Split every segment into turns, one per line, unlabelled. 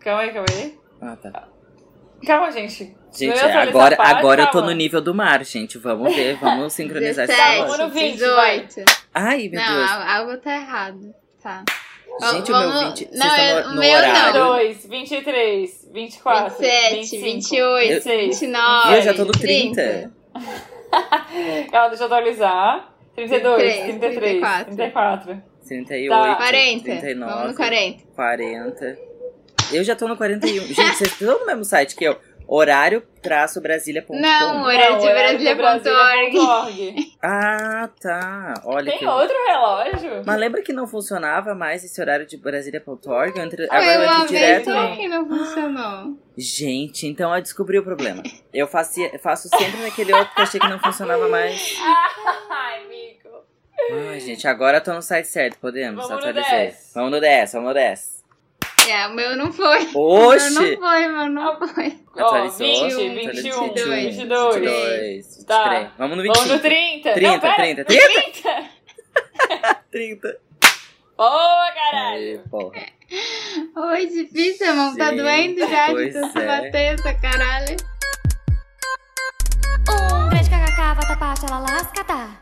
Calma aí, calma aí.
Ah, tá.
Calma, gente.
Gente,
Não ia atualizar
agora,
a página,
agora eu tô
mano.
no nível do mar, gente. Vamos ver, vamos sincronizar essa
Vamos
voz.
no vídeo,
18.
Ai, meu
Tá Não,
Deus.
al- algo tá errado. Tá.
Gente, o
vamos-
meu 20. Vocês
não,
estão
eu-
no,
o
no
meu não.
horário.
22, 23, 24,
27,
25.
28,
26.
29.
E eu já tô no 30.
Calma, deixa eu atualizar. 32,
33,
33,
34.
34.
38,
Tá.
40.
39,
Vamos no 40.
40. Eu já tô no 41. Gente, vocês estão no mesmo site que eu. Horário-brasília.com.
Não, horário
é,
de Brasília.org.
Brasília.org.
Ah, tá. Olha que.
é Tem outro relógio?
Mas lembra que não funcionava mais esse horário de Brasília.org? Eu entre...
Ah,
Agora
Eu
eu entro
amei
direto.
né?
só que não funcionou.
Gente, então eu descobri o problema. Eu faço, faço sempre naquele outro que eu achei que não funcionava mais.
Ai, amigo.
Ai, gente, agora eu tô no site certo. Podemos
Vamos no
atualizar.
10.
Vamos no 10, vamos no 10.
É, o meu não foi. O meu
Oxi!
não foi, o meu não foi.
Ó, um,
Atualizou.
20,
21,
21,
22,
22.
22,
Tá.
23. Vamos no 25.
Vamos no 30.
30,
Não, pera.
30,
30.
30.
Boa,
Aí,
caralho.
porra.
Oi, difícil, irmão. Tá
Gente,
doendo já de
pois
tu se
é.
bater essa caralho.
Um beijo, kkk, vatapá, tchalalascatá.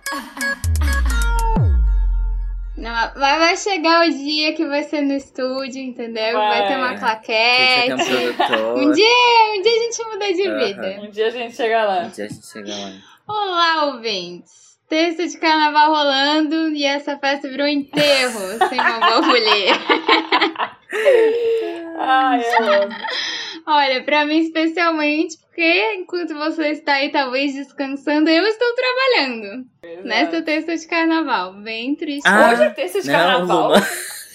Não, mas vai chegar o dia que vai ser no estúdio, entendeu? Vai,
Vai.
ter
um
uma
Tem que
claquete.
ter um produtor.
É, Um dia, um dia a gente muda de
Aham.
vida.
Um dia a gente chega lá.
Um dia a gente chega lá.
Olá, ouvintes! Terça de carnaval rolando e essa festa virou um enterro sem uma borbulheira.
Ai, eu amo.
Olha, pra mim especialmente, porque enquanto você está aí talvez descansando, eu estou trabalhando. Nesta terça de carnaval, bem triste.
Ah,
Hoje é terça de
não,
carnaval.
Luan.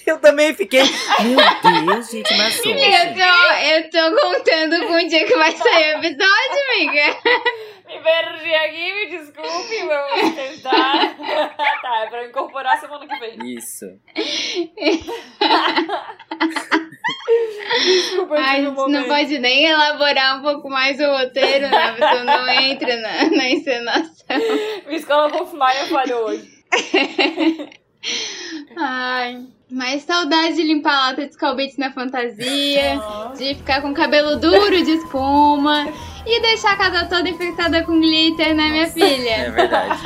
Eu também fiquei. Meu Deus, gente, mas
eu,
hoje.
tô, eu tô contando com o dia que vai sair o episódio, amiga.
Me perdi aqui, me desculpe, vamos tentar. tá, é pra eu incorporar semana que vem.
Isso.
Desculpa, eu
Ai,
tive um
não
momento.
pode nem elaborar um pouco mais o roteiro, né? A pessoa não entra na, na encenação.
Minha escola Wolfmaier falhou hoje.
Ai, mas saudade de limpar a lata de Scalbits na fantasia,
Ah,
de ficar com o cabelo duro de espuma e deixar a casa toda infectada com glitter, né, minha
É
filha?
verdade.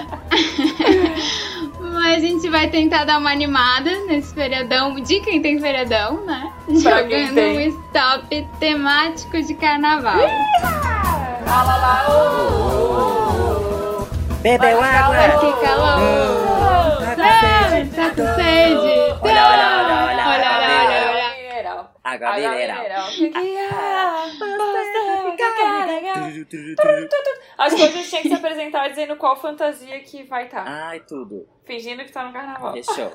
Mas a gente vai tentar dar uma animada nesse feriadão, de quem tem feriadão, né?
Pra quem
Jogando um
tem.
stop temático de carnaval.
Lá, lá, lá,
Bebeu
Vai
água.
ficar louco!
Tá com sede.
Tá com sede?
Olha,
olha, olha, olha,
olha, olha, olha.
é mineral.
Água
Água
mineral.
mineral. Que que é? Basta ficar legal. Acho que hoje a gente tinha que se apresentar dizendo qual fantasia que vai estar.
Ai, tudo.
Fingindo que tá no carnaval.
Fechou.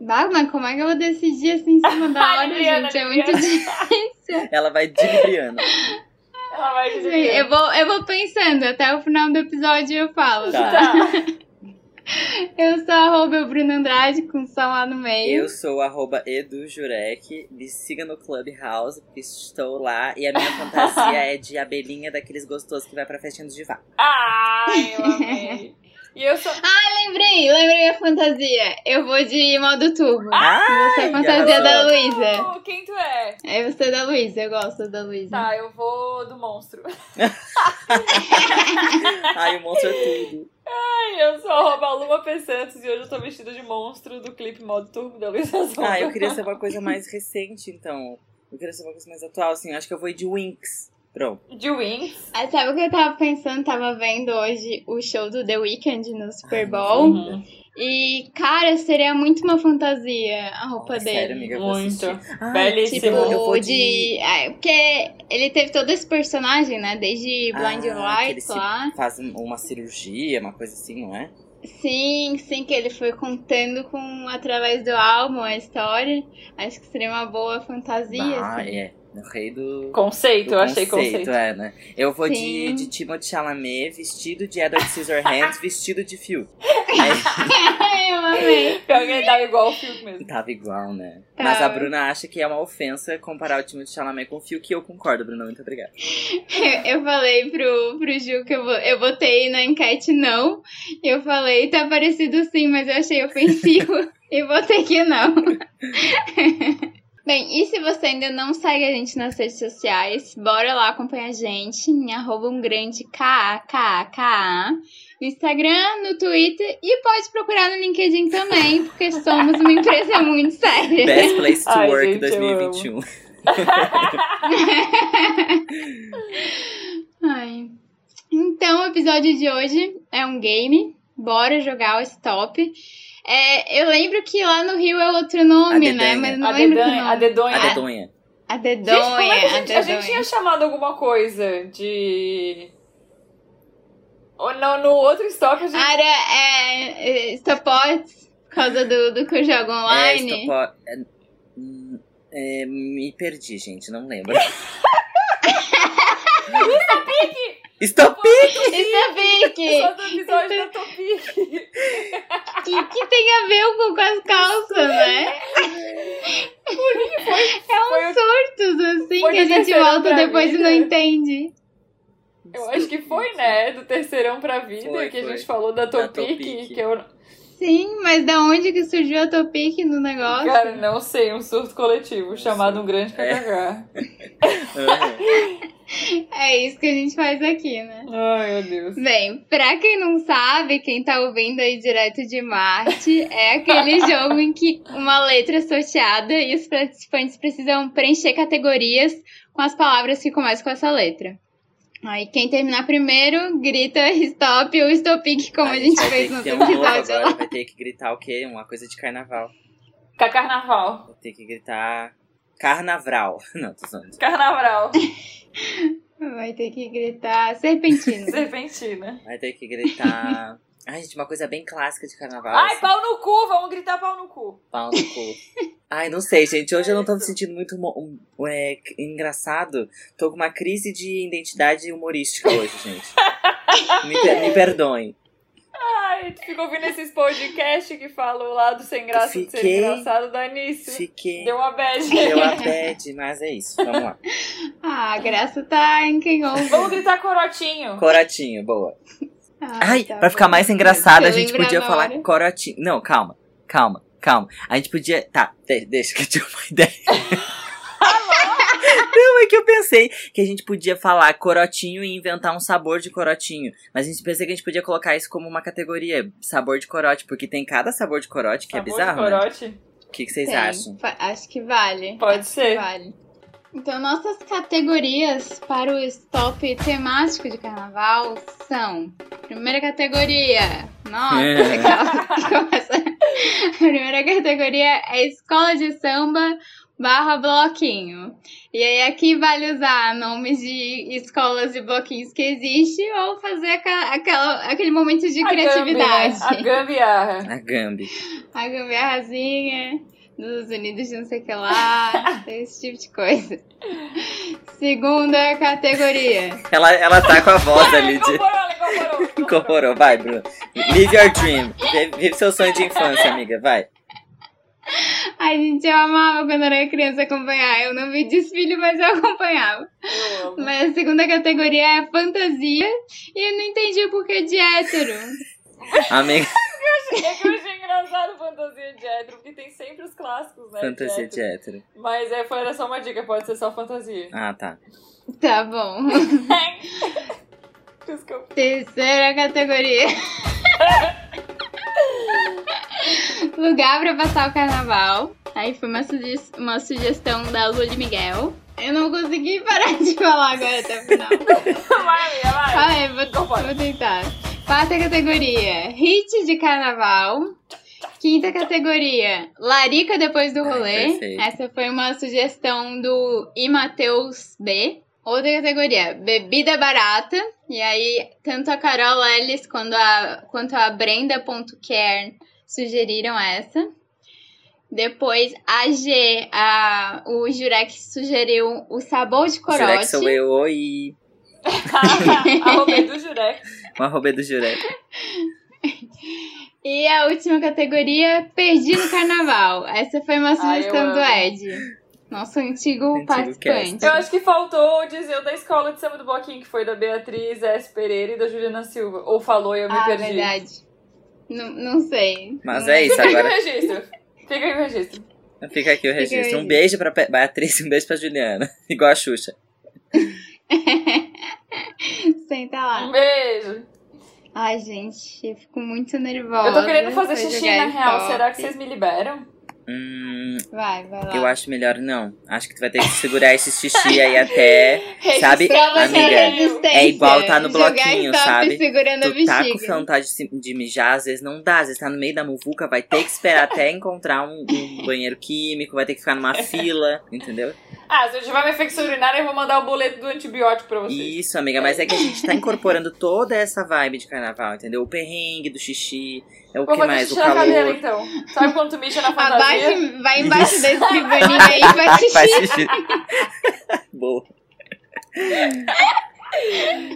Bah, mas como é que eu vou decidir assim em cima da hora,
Libriana,
gente? É muito
Libriana.
difícil.
Ela vai de Libriana.
Ela vai
Sim,
dizer.
Eu vou, eu vou pensando, até o final do episódio eu falo.
Tá.
Tá.
Eu sou arroba eu Bruno Andrade, com sol lá no meio.
Eu sou o arroba edujurek. Me siga no Clubhouse, porque estou lá. E a minha fantasia é de abelhinha daqueles gostosos que vai pra festinha do divá.
Ai, eu amei. E eu sou.
Lembrei, lembrei minha fantasia. Eu vou de modo turbo.
Ah,
Você é a fantasia da Luísa.
Oh, Quem tu é?
É você da Luísa, eu gosto da Luísa.
Tá, eu vou do monstro.
Ai, o monstro é tudo.
Ai, eu sou arroba Luma P. Santos e hoje eu tô vestida de monstro do clipe modo turbo da Luísa Sonza.
Ah, eu queria ser uma coisa mais recente, então. Eu queria ser uma coisa mais atual, assim. Acho que eu vou ir de Winx. Pronto.
De Wings.
Ah, sabe o que eu tava pensando? Tava vendo hoje o show do The Weeknd no Super Bowl.
Uhum.
E, cara, seria muito uma fantasia a roupa dele.
É Sério, amiga, eu vou
Muito.
assistir. Ai,
Belíssimo.
Tipo,
eu vou
de. ah, porque ele teve todo esse personagem, né? Desde Blind
Ah, que ele
Lights
se-
lá.
Faz um- uma cirurgia, uma coisa assim, não é?
Sim, sim, que ele foi contando com através do álbum a história. Acho que seria uma boa fantasia,
ah,
assim.
é. No rei do...
Conceito,
do
eu achei conceito.
é, né? Eu vou de,
Sim.
de Timothée Chalamet vestido de Edward Scissorhands, vestido de Phil. Aí,
Eu amei.
Pior que ele tava igual o filme mesmo.
tava igual, né?
Tá.
Mas a Bruna acha que é uma ofensa comparar o Timothée Chalamet com o Phil, que eu concordo, Bruna. Muito obrigada.
Eu, eu falei pro, pro Ju que eu, vo- eu botei na enquete não. Eu falei, tá parecido sim, mas eu achei ofensivo. e botei que não. Bem, e se você ainda não segue a gente nas redes sociais, bora lá acompanhar a gente em arroba um grande KKKA no Instagram, no Twitter e pode procurar no LinkedIn também, porque somos uma empresa muito séria.
Best Place to
Ai,
Work
gente, eu
2021.
Ai. Então, o episódio de hoje é um game. Bora jogar o stop. É, eu lembro que lá no Rio é outro nome,
A
né?
dedanha.
Mas eu não
A
lembro que
dedonha. A
nome.
dedonha.
A dedonha.
A
Gente, como é que
dedonha,
a
a
gente, a gente
dedonha.
tinha chamado alguma coisa de. Ou não, no outro stop a gente.
Ara é, é Stopots, por causa do, do que eu jogo
É,
online.
estopo- é, hum, é, me perdi, gente, não lembro. Estopique!
é Stopic!
Só do episódio da Topic.
que, que tem a ver um com, com as calças, né?
Foi o-
Surtos, assim,
Foi
que a
do
gente
terceirão
volta
pra né?
depois e
vida.
não entende.
Eu acho que foi, né? Do terceirão pra vida
Foi,
que a
foi.
gente falou da
Da
Topic.
Topic.
que eu.
Sim, mas da onde que surgiu a Topic no negócio?
Cara, não sei, um surto coletivo chamado um grande
É.
KKK.
Uhum.
É isso que a gente faz aqui, né?
Ai, meu Deus.
Bem, pra quem não sabe, quem tá ouvindo aí direto de Marte, é aquele jogo em que uma letra é sorteada e os participantes precisam preencher categorias com as palavras que começam com essa letra. Aí quem terminar primeiro grita stop ou stop como a gente
vai ter
fez né?
que ter
no
um
outro
novo
episódio lá.
agora, vai ter que gritar o quê? Uma coisa de carnaval.
Ca- Carnaval.
Vai ter que gritar carnaval. Não, tô zoando.
Carnaval.
Vai ter que gritar serpentina.
Serpentina.
Vai ter que gritar. Ai, gente, uma coisa bem clássica de carnaval.
Ai,
assim,
pau no cu! Vamos gritar pau no cu.
pau no cu. Ai, não sei, gente. Hoje eu não tô me
Isso.
sentindo muito mo- um- é, engraçado. Tô com uma crise de identidade humorística hoje, gente. me, per- me perdoem.
Ai, tu ficou ouvindo esses podcasts que falam o lado sem graça de ser
Fiquei.
engraçado da Anice.
Fiquei.
Deu uma bad.
Deu a bad, mas é isso. Vamos lá.
Ah, a graça tá em quem ouve.
Vamos gritar corotinho.
Coratinho, boa.
Ah,
Ai,
tá
pra
bom.
ficar mais engraçado, a
Deixa eu
gente
lembrar
podia
na
falar
hora.
corotinho. Não, calma, calma, calma. A gente podia. Tá, de- deixa que eu tive uma ideia. Não, é que eu pensei que a gente podia falar corotinho e inventar um sabor de corotinho. Mas a gente pensei que a gente podia colocar isso como uma categoria, sabor de corote, porque tem cada sabor de corote que
Sabor de
é bizarro, né?
Tá corote?
O que, que vocês
Tem.
acham?
Fa- Acho que vale.
Pode
Acho
ser.
Que vale. Então, nossas categorias para o stop temático de carnaval são: primeira categoria, nossa,
É.
calma, que começa. A primeira categoria é escola de samba barra bloquinho. E aí aqui vale usar nomes de escolas e bloquinhos que existem ou fazer aca- aquela- aquele momento de
A Gambi, né?
criatividade.
A gambiarra.
A Gambi.
A gambiarrazinha dos é. Unidos de não sei o que lá, esse tipo de coisa. Segunda categoria.
Ela, ela tá com a voz ali de.
Incorporou, ela incorporou. incorporou.
Incorporou, vai, Bruno. Live your dream. Vive- Vive seu sonho de infância, amiga, vai.
A gente eu amava quando era criança acompanhar. Eu não vi desfile, mas eu acompanhava.
Eu amo.
Mas a segunda categoria é fantasia. E eu não entendi o porquê de hétero.
Amiga,
É que eu achei engraçado fantasia de hétero, porque tem sempre os clássicos, né?
fantasia de
hétero.
hétero.
Mas é, foi- era só uma dica, pode ser só fantasia.
Ah, tá.
Tá bom.
Desculpa.
Terceira categoria. Lugar pra passar o carnaval. Aí foi uma, suge- uma sugestão da Luli Miguel. Eu não consegui parar de falar agora até o final.
Vai, amiga, vai.
Ai, vou, vou tentar. Quarta categoria: Hit de carnaval. Quinta categoria: Larica depois do
Ai,
rolê.
perfeito.
Essa foi uma sugestão do Imateus B. Outra categoria: Bebida barata. E aí, tanto a Carol Ellis quanto a, quanto a Brenda.kern sugeriram essa. Depois, a G, a, o Jurek sugeriu o sabor de corote.
Jurek sou eu, oi.
Arrobei Tá, do Jurek.
O arroba é do Jurek.
E a última categoria, Perdi no Carnaval. Essa foi uma sugestão
eu
do
amo.
Ed, nosso antigo,
Antigo
participante.
Eu acho que faltou dizer o da escola de samba do Bloquinho, que foi da Beatriz S. Pereira e da Juliana Silva. Ou falou e eu me
ah,
perdi.
verdade. Não, não sei.
Mas
Não-
é isso,
Fica aí
agora.
no registro. Fica aí no registro.
Fica aqui o registro. Um beijo pra Pe- Beatriz e um beijo pra Juliana. Igual a Xuxa.
Senta tá lá.
Um beijo.
Ai, gente, eu fico muito nervosa.
eu tô querendo fazer
pra
xixi
jogar
na real.
stop.
Será que vocês me liberam?
Hum,
Vai, vai lá.
eu acho melhor não. Acho que tu vai ter que segurar esse xixi aí até. Sabe,
Prova
Registrava
sua
amiga,
seu e-mail.
resistência.
é igual tá no
Jogar
bloquinho,
stop
sabe?
segurando a
Tu tá com
bexiga.
vontade de se- de mijar, às vezes não dá, às vezes tá no meio da muvuca, vai ter que esperar até encontrar um, um banheiro químico, vai ter que ficar numa fila, entendeu?
Ah, se eu tiver uma infecção urinária, eu vou mandar o boleto do antibiótico pra vocês.
Isso, amiga, mas é que a gente tá incorporando toda essa vibe de carnaval, entendeu? O perrengue do xixi, é o
Vou
que
fazer
mais?
xixi
O
na cadeira,
calor.
então. Sabe quando tu mija na fantasia?
Abaixa, vai embaixo desse triboninho aí e vai xixi.
Faz xixi. Boa.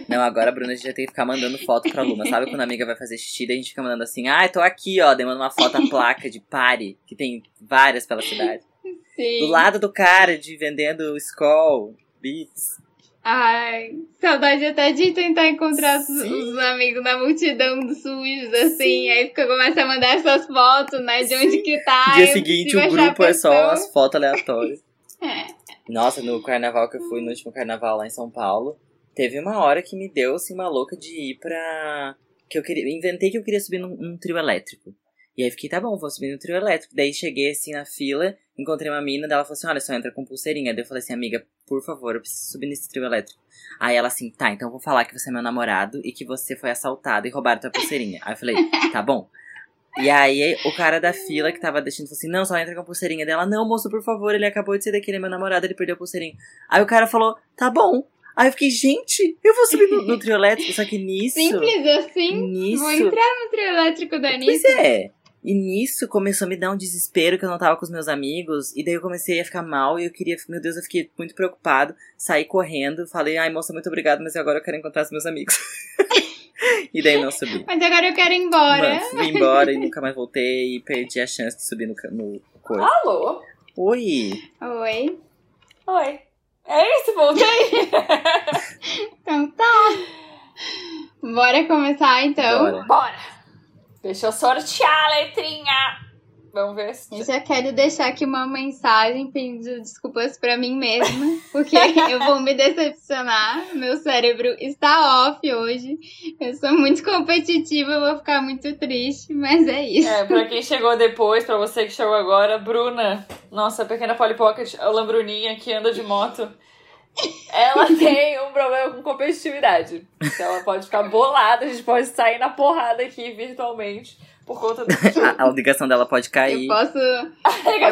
Não, agora a Bruna a gente já tem que ficar mandando foto pra Luma. Sabe quando a amiga vai fazer xixi, daí a gente fica mandando assim, ah, eu tô aqui, ó. Daí manda uma foto, a placa de pare, que tem várias pela cidade. Do
Sim.
lado do cara de vendendo Skol, Beats.
Ai, saudade até de tentar encontrar os,
Sim.
os amigos na multidão dos sujos, assim. Aí fica, começa a mandar essas fotos, né? De onde que tá.
Dia
eu
seguinte,
consigo
o
achar a
grupo é só
pessoa.
umas fotos aleatórias.
É.
Nossa, no carnaval que eu fui, no último carnaval lá em São Paulo, teve uma hora que me deu assim uma louca de ir pra. Que eu queria. Inventei que eu queria subir num, num trio elétrico. E aí fiquei, tá bom, vou subir no trio elétrico. Daí cheguei assim na fila, encontrei uma mina, daí ela falou assim: olha, só entra com pulseirinha. Daí eu falei assim, amiga, por favor, eu preciso subir nesse trio elétrico. Aí ela assim, tá, então eu vou falar que você é meu namorado e que você foi assaltado e roubaram tua pulseirinha. Aí eu falei, tá bom. E aí, o cara da fila que tava deixando falou assim: não, só entra com a pulseirinha dela. Não, moço, por favor, ele acabou de ser daquele meu namorado, ele perdeu a pulseirinha. Aí o cara falou: tá bom. Aí eu fiquei, gente, eu vou subir no, no trio elétrico, só que nisso.
Simples assim.
Nisso.
Vou entrar no trio elétrico da
Pois
Anitta.
é. E nisso começou a me dar um desespero que eu não tava com os meus amigos. E daí eu comecei a ficar mal e eu queria. Meu Deus, eu fiquei muito preocupado. Saí correndo, falei, ai moça, muito obrigado, mas agora eu quero encontrar os meus amigos. e daí não subi.
Mas agora eu quero ir embora.
Mano, fui embora e nunca mais voltei e perdi a chance de subir no, ca- no coisa.
Alô?
Oi!
Oi.
Oi. É isso, voltei.
Então tá. Bora começar então.
Bora.
Bora. Deixa eu sortear a letrinha. Vamos ver se...
Eu já quero deixar aqui uma mensagem pedindo desculpas pra mim mesma, porque eu vou me decepcionar. Meu cérebro está off hoje. Eu sou muito competitiva, eu vou ficar muito triste, mas é isso.
É, pra quem chegou depois, pra você que chegou agora, Bruna, nossa pequena Polly Pocket, a Lambruninha que anda de moto, ela tem um problema com competitividade. Então ela pode ficar bolada, a gente pode sair na porrada aqui virtualmente por conta do.
A, a ligação dela pode
Eu
cair.
posso, eu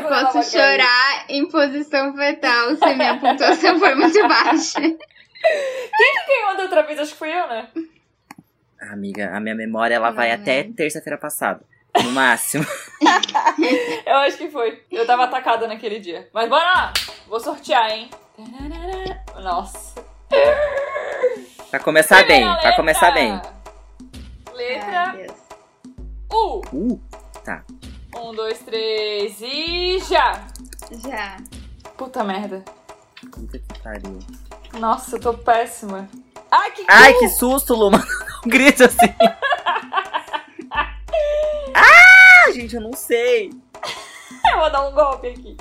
posso chorar em posição fetal se minha pontuação for muito baixa.
Quem mandou outra vez? Acho que fui eu, né?
Ah, Amiga, a minha memória ela vai
Não,
até terça-feira passada. No máximo.
Eu acho que foi. Eu tava atacada naquele dia. Mas bora lá! Vou sortear, hein? Nossa.
Pra começar Tá bem,
Primeira
pra começar bem.
letra. Letra
Ai, Deus.
U.
Uh,
Um, dois, três e já!
Já.
Puta merda.
puta que pariu.
Nossa, eu tô péssima. Ai, que
Ai, que susto, Luma. Não grita assim. ah, gente, eu não sei.
Eu vou dar um golpe aqui.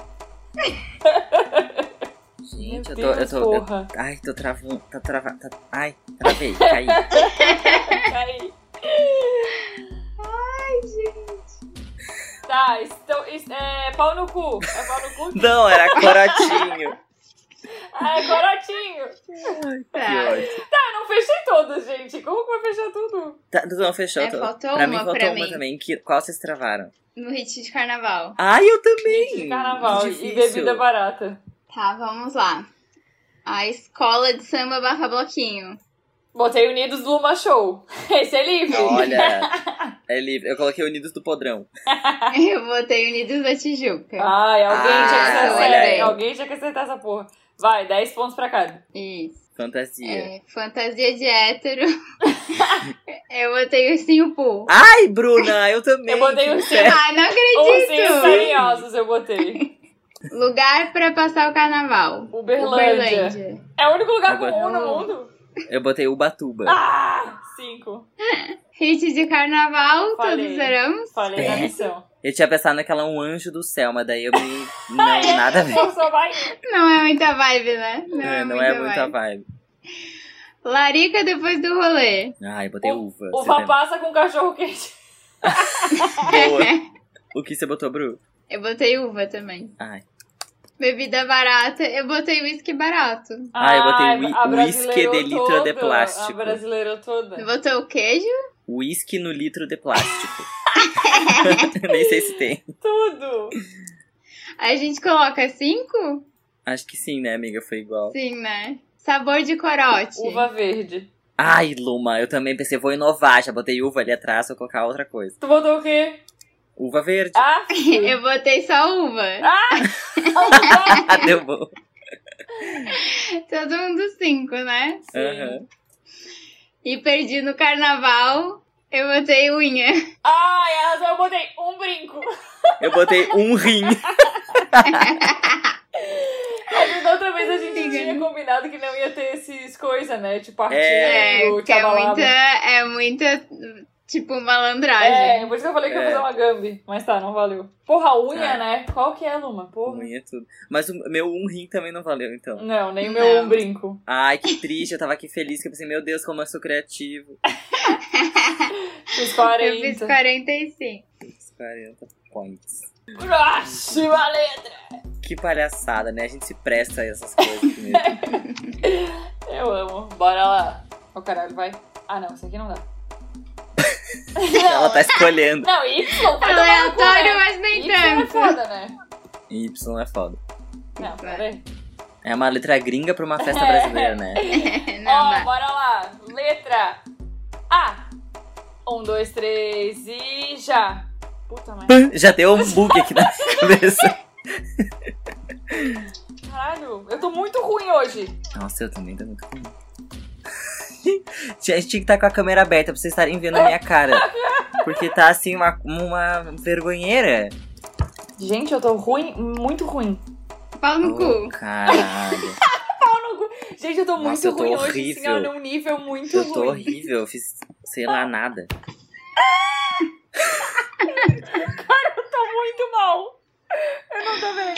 Gente, eu tô.
Meu
Eu
Deus,
tô eu-
porra.
ai, tô travando. Tá travando. Tá, ai, travei, caí.
Peraí. Tá, então, is- é pau no cu. É pau no cu?
Não, era corotinho.
Ah, é corotinho.
Tá.
Ah, não fechei todas, gente. Como que vai fechar tudo?
Tá, não, fechou.
É,
tô-
faltou
pra
uma
mim faltou
pra
uma
mim.
também. Que, qual vocês travaram?
No hit de carnaval.
Ai, eu também!
Gente, de carnaval
Que
e
difícil.
bebida barata.
Tá, vamos lá. A escola de samba barra bloquinho.
Botei Unidos Luma Show. Esse é livre.
Olha, é livre. Eu coloquei Unidos do Podrão.
Eu botei Unidos da Tijuca.
Ai, alguém tinha que
Ah,
acertar.
olha aí.
Alguém tinha que acertar essa porra. Vai, 10 pontos pra cada.
Isso.
Fantasia.
É, fantasia de hétero. eu botei o Simpu.
Ai, Bruna, eu também.
Eu botei o
Sério?
Ah, não
Ursinhos
acredito!
carinhosos eu botei.
Lugar pra passar o carnaval.
Uberlândia. É o único lugar com
Agora-
um no mundo?
Eu botei Ubatuba.
Ah! Cinco.
Hit de carnaval,
Falei.
todos oramos.
Falei na missão.
Eu tinha pensado naquela Um Anjo do Céu, mas daí eu me. Não, nada a ver.
Forçou mais.
Não é muita vibe, né? Não
É,
é,
não
muita
é muita vibe.
Larica depois do rolê.
Ai, botei uva.
Uva
você tá
passa com cachorro quente.
tem- Boa. O que você botou, Bru?
Eu botei uva também.
Ai.
Bebida barata, eu botei uísque barato.
Ah, eu botei
Ai,
whi-
a brasileirou
whisky de litro
toda,
de plástico.
A brasileirou
Você
toda.
botou o queijo?
Whisky no litro de plástico. Nem sei se tem.
Tudo.
A gente coloca cinco?
Acho que sim, né, amiga? Foi igual.
Sim, né? Sabor de corote.
Uva verde.
Ai, Luma, eu também pensei, vou inovar. Já botei uva ali atrás, vou colocar outra coisa.
Tu botou o quê?
Uva verde.
Ah,
Eu botei só uva.
Ah, deu bom.
Todo mundo cinco, né?
Aham.
E perdi no carnaval, eu botei unha.
ai, elas eu botei um brinco.
Eu botei um rim.
Mas da outra vez a gente tinha combinado que não ia ter esses coisas, né? Tipo, artigo,
É,
É, que é
tchabalaba.
muita, é muita, tipo, malandragem.
É, por isso que eu falei que eu ia
É.
fazer uma gambi. Mas tá, não valeu. Porra, a unha,
Tá.
né? Qual que é, Luma? Porra.
Unha Um tudo. Mas o meu um rim também não valeu, então.
Não, nem o meu
Não.
um brinco.
Ai, que triste. Eu tava aqui feliz, que eu pensei, meu Deus, como eu sou criativo.
Fiz
eu fiz
40.
45.
40 points.
Próxima letra.
Que palhaçada, né? A gente se presta a essas coisas mesmo.
Eu amo. Bora lá. Ô, caralho, vai. Ah, não. Isso aqui não dá. não,
Ela tá escolhendo.
não, Y. vai tomar no cu,
Aleatório,
né?
mas nem
Y é
tanto.
foda, né?
Y é foda.
Não, peraí.
É uma letra gringa pra uma festa brasileira, né?
Não
Ó,
dá.
bora lá. Letra A. Um, dois, três e já. Puta merda.
Já deu um bug aqui na minha cabeça.
Caralho, eu tô muito ruim hoje.
Nossa, eu também tô muito com medo. Tinha- A gente tinha que estar com a câmera aberta pra vocês estarem vendo a minha cara. Porque tá assim, uma, uma vergonheira.
Gente, eu tô ruim, muito ruim.
Pau no
Oh,
Um cu.
caralho.
Gente, eu tô muito
Nossa, eu tô
ruim hoje,
horrível.
assim, ó, num nível muito
Eu tô
ruim.
horrível, eu fiz sei lá nada.
Tô muito mal. Eu não tô bem.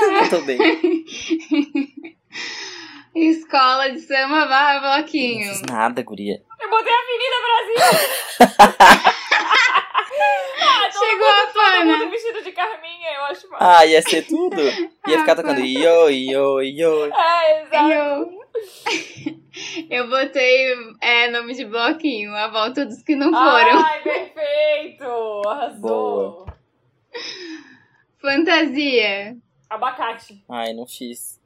Eu não tô bem.
Escola de samba barra
Eu Não
bloquinho.
fiz nada, guria.
Eu botei a Avenida Brasil. ah, todo
Chegou
mundo-
a
Todo
pana.
mundo vestido de Carminha, eu acho mal.
Ah, ia ser tudo. Ia
Ah,
ficar tocando
tá.
yo, yo, yo.
É, exato.
Eu... eu botei é, nome de bloquinho, a volta dos que não
um
foram.
Ai, perfeito. Arrasou.
Fantasia.
Abacate.
Ai, não fiz.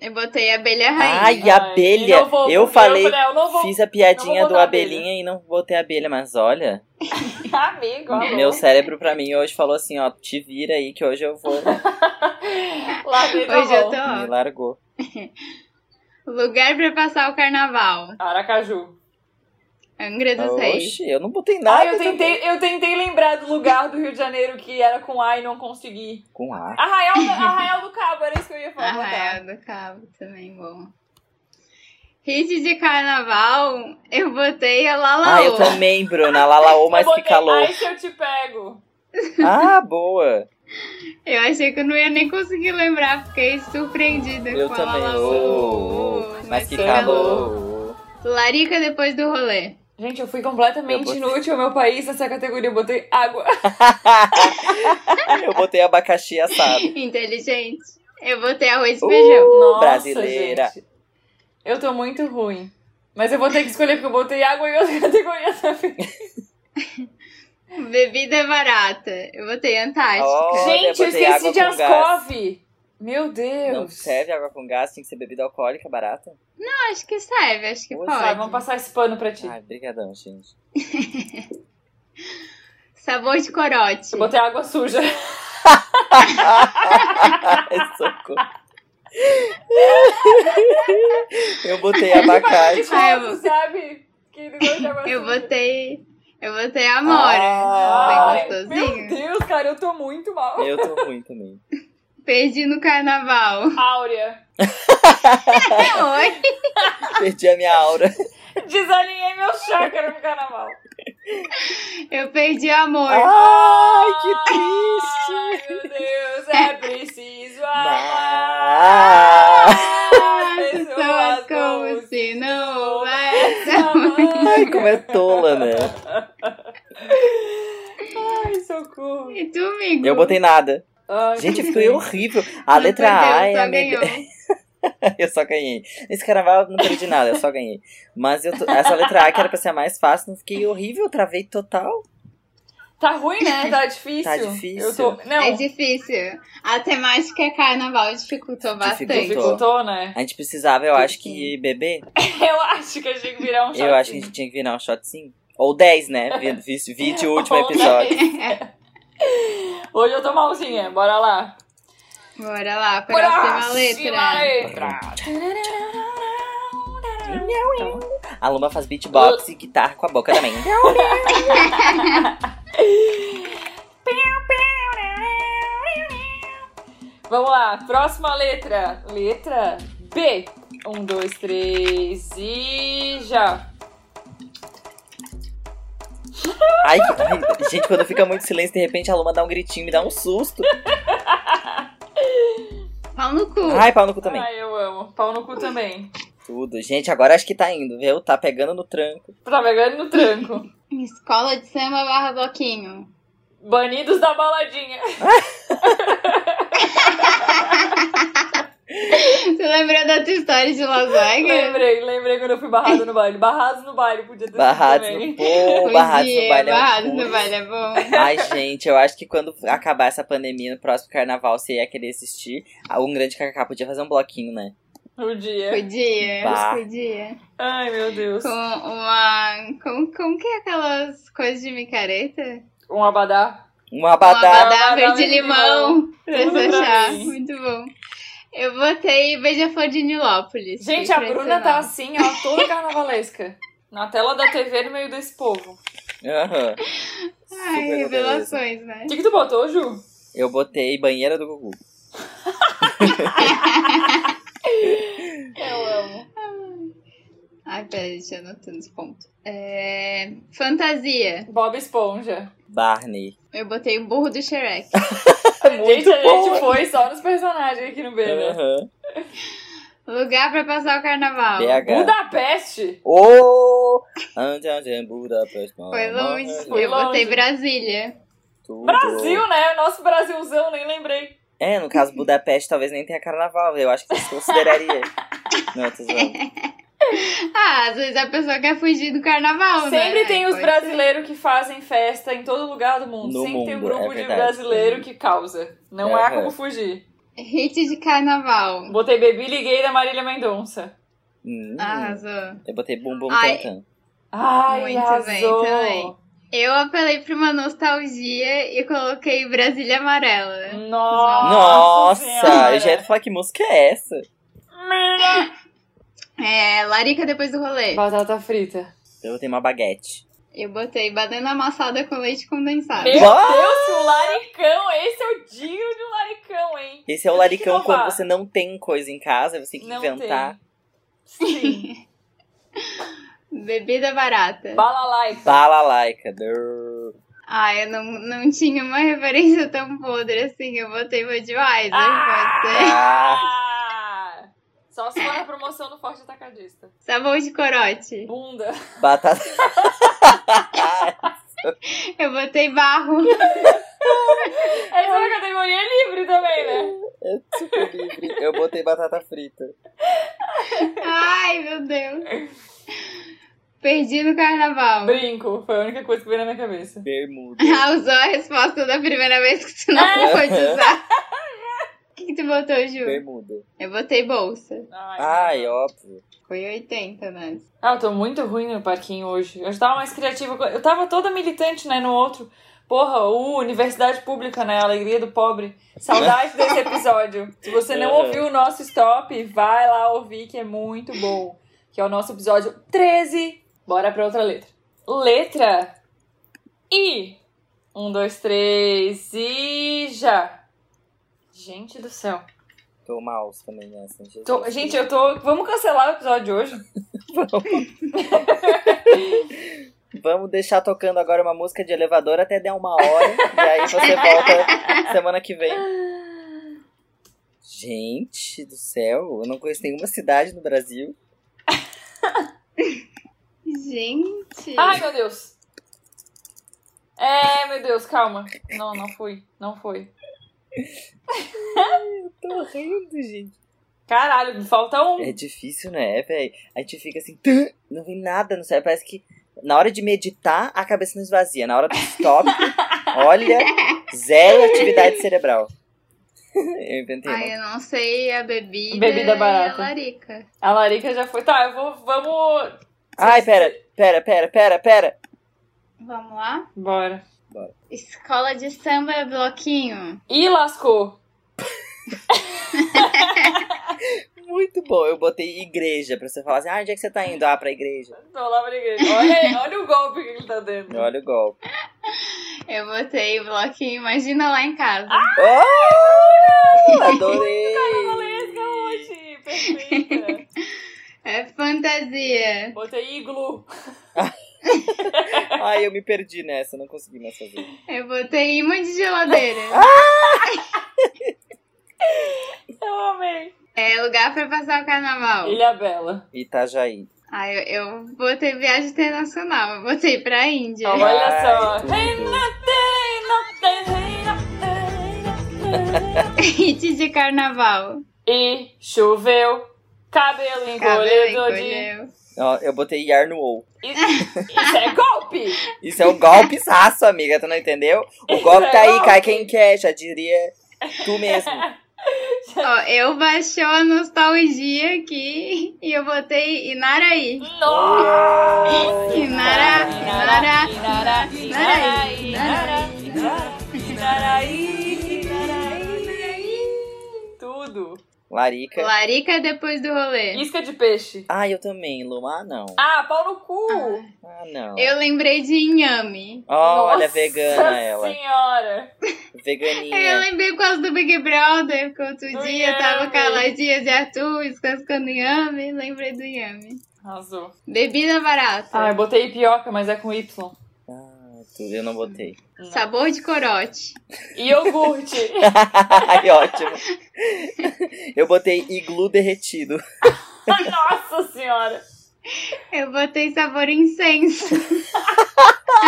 Eu botei abelha rainha.
Ai, abelha.
eu vou,
Eu
porque
falei,
Eu falei, ah, eu não vou.
fiz a piadinha
não vou
do
botar
abelhinha e não botei a abelha, mas olha.
Amigo, alô.
Meu cérebro pra mim hoje falou assim, ó, te vira aí que hoje eu vou.
Lá dentro
Hoje eu tô.
Me
ó.
largou.
Lugar pra passar o carnaval.
Aracaju.
Angra
Ah,
dos Reis.
Oxi, eu não botei nada.
Ah, eu
também.
tentei, eu tentei lembrar do lugar do Rio de Janeiro que era com A e não consegui.
Com A.
Arraial do, Arraial do Cabo, era isso que eu ia falar. tá. botar.
Arraial do Cabo também, bom. Hit de carnaval, eu botei a
Ah, eu
Lalaô.
também, Bruna. Lalaô, mas
eu
que calor.
Ai, se eu te pego.
Ah, boa.
Eu achei que eu não ia nem conseguir lembrar, fiquei surpreendida
Eu
com
também.
a
ô,
Lalaô.
ô, mas que
que
calor.
Larica depois do rolê.
Gente, eu fui
Eu
completamente
botei-
inútil ao meu país nessa categoria. Eu botei água.
eu botei abacaxi assado.
Inteligente. Eu botei arroz e
Uh!
feijão.
Nossa,
brasileira.
gente. Eu tô muito ruim. Mas eu vou ter que escolher porque eu botei água em outra categoria também.
Bebida barata. Eu botei Antártica.
Ó. Olha,
gente, eu
botei água
esqueci de
com
Ascov. Meu Deus.
Não serve água com gás, tem que ser bebida alcoólica barata?
Não, acho que serve, acho que
Ui,
Tá,
pode.
vamos passar esse pano pra ti.
Ai, brigadão, gente.
Sabor de corote.
Eu botei água suja.
Ai, socorro. eu botei abacate.
Tipo,
Ah, eu-
sabe? Que não gosta de água
Eu
suja.
botei. Eu botei Amora.
Ah,
Ai,
Bem
meu
gostosinho.
Deus, cara, eu tô muito mal.
eu tô ruim também.
Perdi no carnaval.
Áurea.
Oi.
É. Perdi a minha aura.
Desalinhei meu chácara no carnaval.
Eu perdi o amor.
Ah,
Ah.
Ai, que triste!
Ai, meu Deus, é preciso amar.
Mas-
Pessoas como assim? se não houvesse amor.
Ai, como é tola, né?
Ai, socorro.
E tu, amigo?
Eu botei nada.
Ai,
Gente,
que
eu fui
triste.
horrível. A
Não
letra
perdeu,
A é
só
a melhor.
ganhou.
Eu só ganhei. Nesse carnaval eu não perdi nada, eu só ganhei. Mas eu tô- essa letra A, que era pra ser a mais fácil, não fiquei horrível, eu travei total.
Tá ruim, né? Tá difícil.
Tá difícil.
Eu tô... Não,
É difícil. A temática é carnaval dificultou bastante.
dificultou, né?
A gente precisava, eu acho que, beber.
Eu acho que a gente tinha que virar um shot.
Eu acho
assim.
que a gente tinha que virar um shotzinho. Ou 10, né? Vi- vi- Vídeo o último episódio.
né?
Hoje eu tô malzinha, bora lá.
Bora lá, próxima
Próxima
letra.
letra.
A Luma faz beatbox e guitarra com a boca também.
Vamos lá, próxima letra. Letra B. Um, dois, três e já.
Ai, que- ai, gente, quando fica muito silêncio, de repente a Luma dá um gritinho, me dá um susto.
Pau no cu.
Ai, pau no cu também.
Ai, eu amo. Pau no cu também.
Tudo. Gente, agora acho que tá indo, viu? Tá pegando no tranco.
Tá pegando no tranco.
Escola de samba barra bloquinho.
Banidos da baladinha.
Você lembrou da tua história de Las Vegas?
Lembrei, lembrei quando eu fui barrado no baile. Barrados no baile, podia ter sido
Barrados
também.
no pô,
Pois
barrados
é,
no baile. é um
Barrados no
curso.
baile é bom.
Ai, gente, eu acho que quando acabar essa pandemia, no próximo carnaval, é você ia querer assistir. Um grande cacá podia fazer um bloquinho, né?
No Um dia.
Podia,
Bah.
podia.
Ai, meu Deus.
Com uma. Como, como que é aquelas coisas de micareta?
Um abadá.
Um
Com
abadá.
abadá,
abadá verde limão. Pra
Tudo
se
pra
achar.
mim.
Muito bom. Eu botei Beija-Flor de Nilópolis.
Gente, a Bruna tá
Impressionante.
assim, ó, toda carnavalesca. Na tela da TV, no meio desse povo.
Aham.
Ai,
Super beleza.
revelações, né?
O que, que tu botou, Ju?
Eu botei banheira do Gugu.
Eu amo.
Ai, peraí, deixa eu anotar nos pontos. É... Fantasia.
Bob Esponja.
Barney.
Eu botei o burro do Shrek.
gente, a
bom.
gente foi só nos personagens aqui no B, né?
Aham.
Lugar pra passar o carnaval.
BH.
Budapeste!
Ô! Antes Budapeste.
Foi longe.
Foi
eu botei
longe.
Brasília.
Tudo.
Brasil, né? Nosso Brasilzão, nem lembrei.
É, no caso Budapeste talvez nem tenha carnaval, eu acho que você consideraria. Não, tô zoando.
Ah, às vezes a pessoa quer fugir do carnaval, né?
Sempre tem
Aí
os
pode
brasileiros que fazem festa em todo lugar do mundo.
No
Sempre tem um
mundo,
grupo
é
de
verdade. Uhum.
brasileiro que causa. Não há
Aham.
como fugir.
ser. Hit de carnaval.
Botei Bebi Liguei da Marília Mendonça.
Hum,
Arrasou.
Eu botei bumbum
Ah. Ai.
cantando.
Ai,
Muito bem tá
arrasou.
também. Eu apelei pra uma nostalgia e coloquei Brasília Amarela.
Nossa,
Nossa,
Senhora.
eu já ia falar que música é essa.
É, Larica depois do rolê.
Batata frita.
Então, Eu botei uma baguete.
Eu botei banana amassada com leite condensado.
Meu
Bah!
Deus, o laricão! Esse é o dia de um laricão, hein?
Esse é o
Tem que
laricão quando
inovar.
você não tem coisa em casa, você tem que inventar.
Tem. Sim.
Bebida barata.
Balalaica.
Balalaica. Durr.
Ah, eu não, não tinha uma referência tão podre assim. Eu botei Budweiser, pode ser.
Ah,
Ah! Só se for na promoção do Forte Atacadista.
Sabor de corote.
Bunda.
batata.
Eu botei barro.
Essa categoria é livre também, né?
É super livre. Eu botei batata frita.
Ai, meu Deus. Perdi no carnaval.
Brinco. Foi a única coisa que veio na minha cabeça.
Bermuda.
Ah, usou a resposta da primeira vez que tu
Ah.
não pôde usar. O que, que tu botou, Ju?
Bermuda.
Eu botei bolsa.
Ai.
Ai, óbvio.
Foi 80, né?
Ah, eu tô muito ruim no parquinho hoje. Eu tava mais criativa. Eu tava toda militante, né, no outro. Porra, o Universidade Pública, né? a Alegria do pobre. Saudade desse episódio. Se você não
Uhum.
ouviu o nosso stop, vai lá ouvir, que é muito bom. Que é o nosso episódio 13. Bora pra outra letra. Letra I. Um, dois, três e já. Gente do céu.
Tô mouse também nessa. Jesus.
Tô- gente, eu tô. Vamos cancelar o episódio de hoje?
Vamos deixar tocando agora uma música de elevador até dar uma hora. e aí você volta semana que vem.
Gente do céu, eu não conheço nenhuma cidade no Brasil.
Gente.
Ai, meu Deus. É, meu Deus, calma. Não, não fui. Não foi.
Tô rindo, gente.
Caralho, me falta um.
É difícil, né, velho? A gente fica assim, "Tã", não vem nada, não sei. Parece que na hora de meditar, a cabeça não esvazia. Na hora do stop, olha, zero atividade cerebral. Eu inventei. né?
Ai, é eu não sei a bebida,
Bebida barata.
e a larica.
A Larica já foi. Tá, eu vou. Vamos.
Ai, pera, pera, pera, pera, pera.
Vamos lá?
Bora.
Escola de samba, é bloquinho.
Ih, lascou.
Muito bom. Eu botei igreja pra você falar assim: ah, onde é que você tá indo? Ah, pra igreja.
Tô lá pra igreja. Olha aí, olha o golpe que ele tá dando.
Olha o golpe.
Eu botei bloquinho, imagina lá em casa.
Ah.
Oh, adorei!
Valesca hoje, é perfeita.
É fantasia.
Botei iglu.
Ai, eu me perdi nessa, não consegui mais fazer.
Eu botei imã de geladeira.
Eu amei.
É lugar pra passar o carnaval.
Ilha Bela.
Itajaí.
Ah, eu, eu botei viagem internacional. Eu botei pra Índia.
Olha
Ai,
só.
tudo.
Hit de carnaval.
E choveu. Cabelo
Cabelo
encolhido de.
encolheu.
Ó, eu botei Yarnuou.
Isso, isso é golpe!
Isso é um golpe saço, amiga, tu não entendeu? O golpe tá aí, cai quem quer, já diria tu mesmo.
Ó, eu baixou a nostalgia aqui e eu botei Inaraí.
Nossa!
Inara,
Inara,
Inara,
Inara,
Inara,
Inara, Inara, Inaraí, Inaraí. Tudo.
Larica.
Larica depois do rolê.
Isca de peixe.
Ah, eu também, Luma. Ah, não.
Ah, pau no cu!
Ah, não.
Eu lembrei de Inhame.
Ah. Olha,
Nossa
vegana ela.
senhora!
Eu
Veganinha.
lembrei por causa do Big Brother, porque outro
Do
dia eu tava com a
inhame.
Ladias e Arthur descascando Inhame. Lembrei do Inhame.
Arrasou.
Bebida barata.
Ah, eu botei pioca, mas é com Y.
Ah, tudo, eu não botei.
Ah.
Sabor de corote.
E iogurte.
Ai, ótimo. Eu botei iglu derretido.
Nossa senhora!
Eu botei sabor incenso.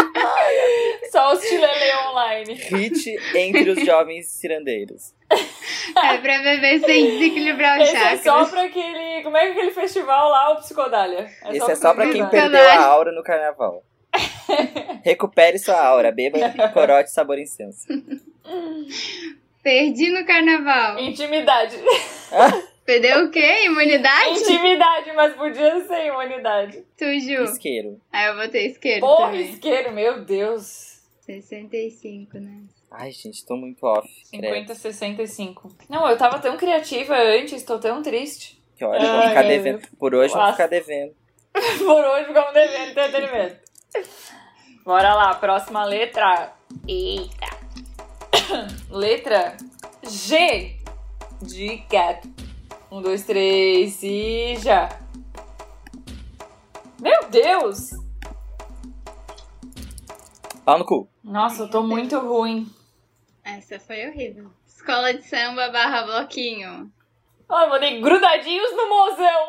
Só os chilelê online.
Hit entre os jovens cirandeiros.
É pra beber sem desequilibrar os
Esse é só
chakras.
pra aquele. Como é que aquele festival lá, o Psicodália?
Esse é só pra quem
psicodália.
perdeu a aura no carnaval. Recupere sua aura, beba corote sabor incenso.
Perdi no carnaval.
Intimidade.
Perdeu o quê? Imunidade?
Intimidade, mas podia ser imunidade.
Tuju.
Isqueiro.
Aí Ah, eu botei esquerdo
Porra,
também.
isqueiro, meu Deus.
65, né?
Ai, gente, tô muito off. Credo.
50, 65. Não, eu tava tão criativa antes, tô tão triste.
Que hora, eu vou
Ai,
ficar
meu
devendo. Por hoje, vou
Nossa.
ficar devendo.
Por hoje ficamos devendo entretenimento. Bora lá, próxima letra. Eita. Letra G de gato. Um, dois, três e já. Meu Deus!
Pau no cu.
Nossa, eu tô muito ruim.
Essa foi horrível. Escola de samba barra bloquinho.
Ó, Ah, eu mandei grudadinhos no mozão.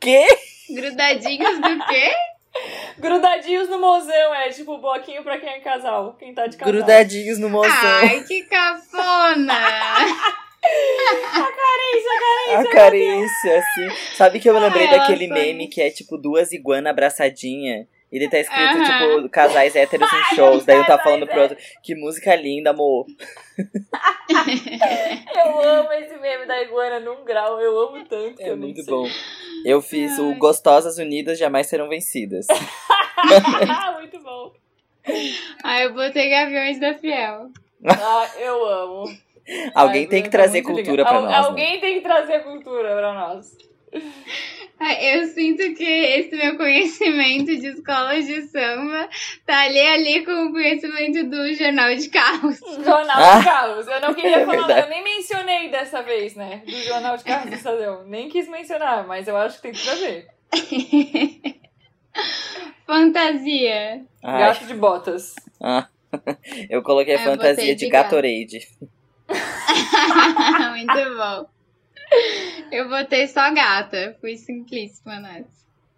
Que?
Grudadinhos do quê?
Grudadinhos no mozão, é tipo bloquinho pra quem é casal. Quem tá de casal.
Grudadinhos no mozão.
Ai, que cafona!
A carícia, assim. Sabe que eu me lembrei
Ai, ela
daquele
foi-
meme que é tipo duas iguanas abraçadinha. E ele tá escrito,
Aham.
tipo, casais héteros em shows. Daí eu tá falando pro outro, que música linda, amor.
Eu amo esse meme da iguana num grau. Eu amo tanto. que
É
eu nem
muito
sei.
bom. Eu fiz o Gostosas Unidas Jamais Serão Vencidas.
Ah, muito bom.
Ai, eu botei Gaviões da Fiel.
Ah, eu amo.
Alguém
Ai,
tem que
Bruna, tá
trazer
muito
cultura pra
Al-
nós. né?
Alguém tem que trazer cultura pra nós.
Ai, eu sinto que esse meu conhecimento de escolas de samba tá ali ali com o conhecimento do jornal de carros.
Jornal
Ah.
de Carros. Eu não queria
É
falar,
verdade.
eu nem mencionei dessa vez, né? Do Jornal de Carros do Estadão. Nem quis mencionar, mas eu acho que tem tudo a ver.
Fantasia.
Ai,
Gato de botas.
ah. Eu coloquei
Eu botei
fantasia
de
de
gato.
Gatorade.
Muito bom. Eu botei só gata. Fui simplíssima nessa.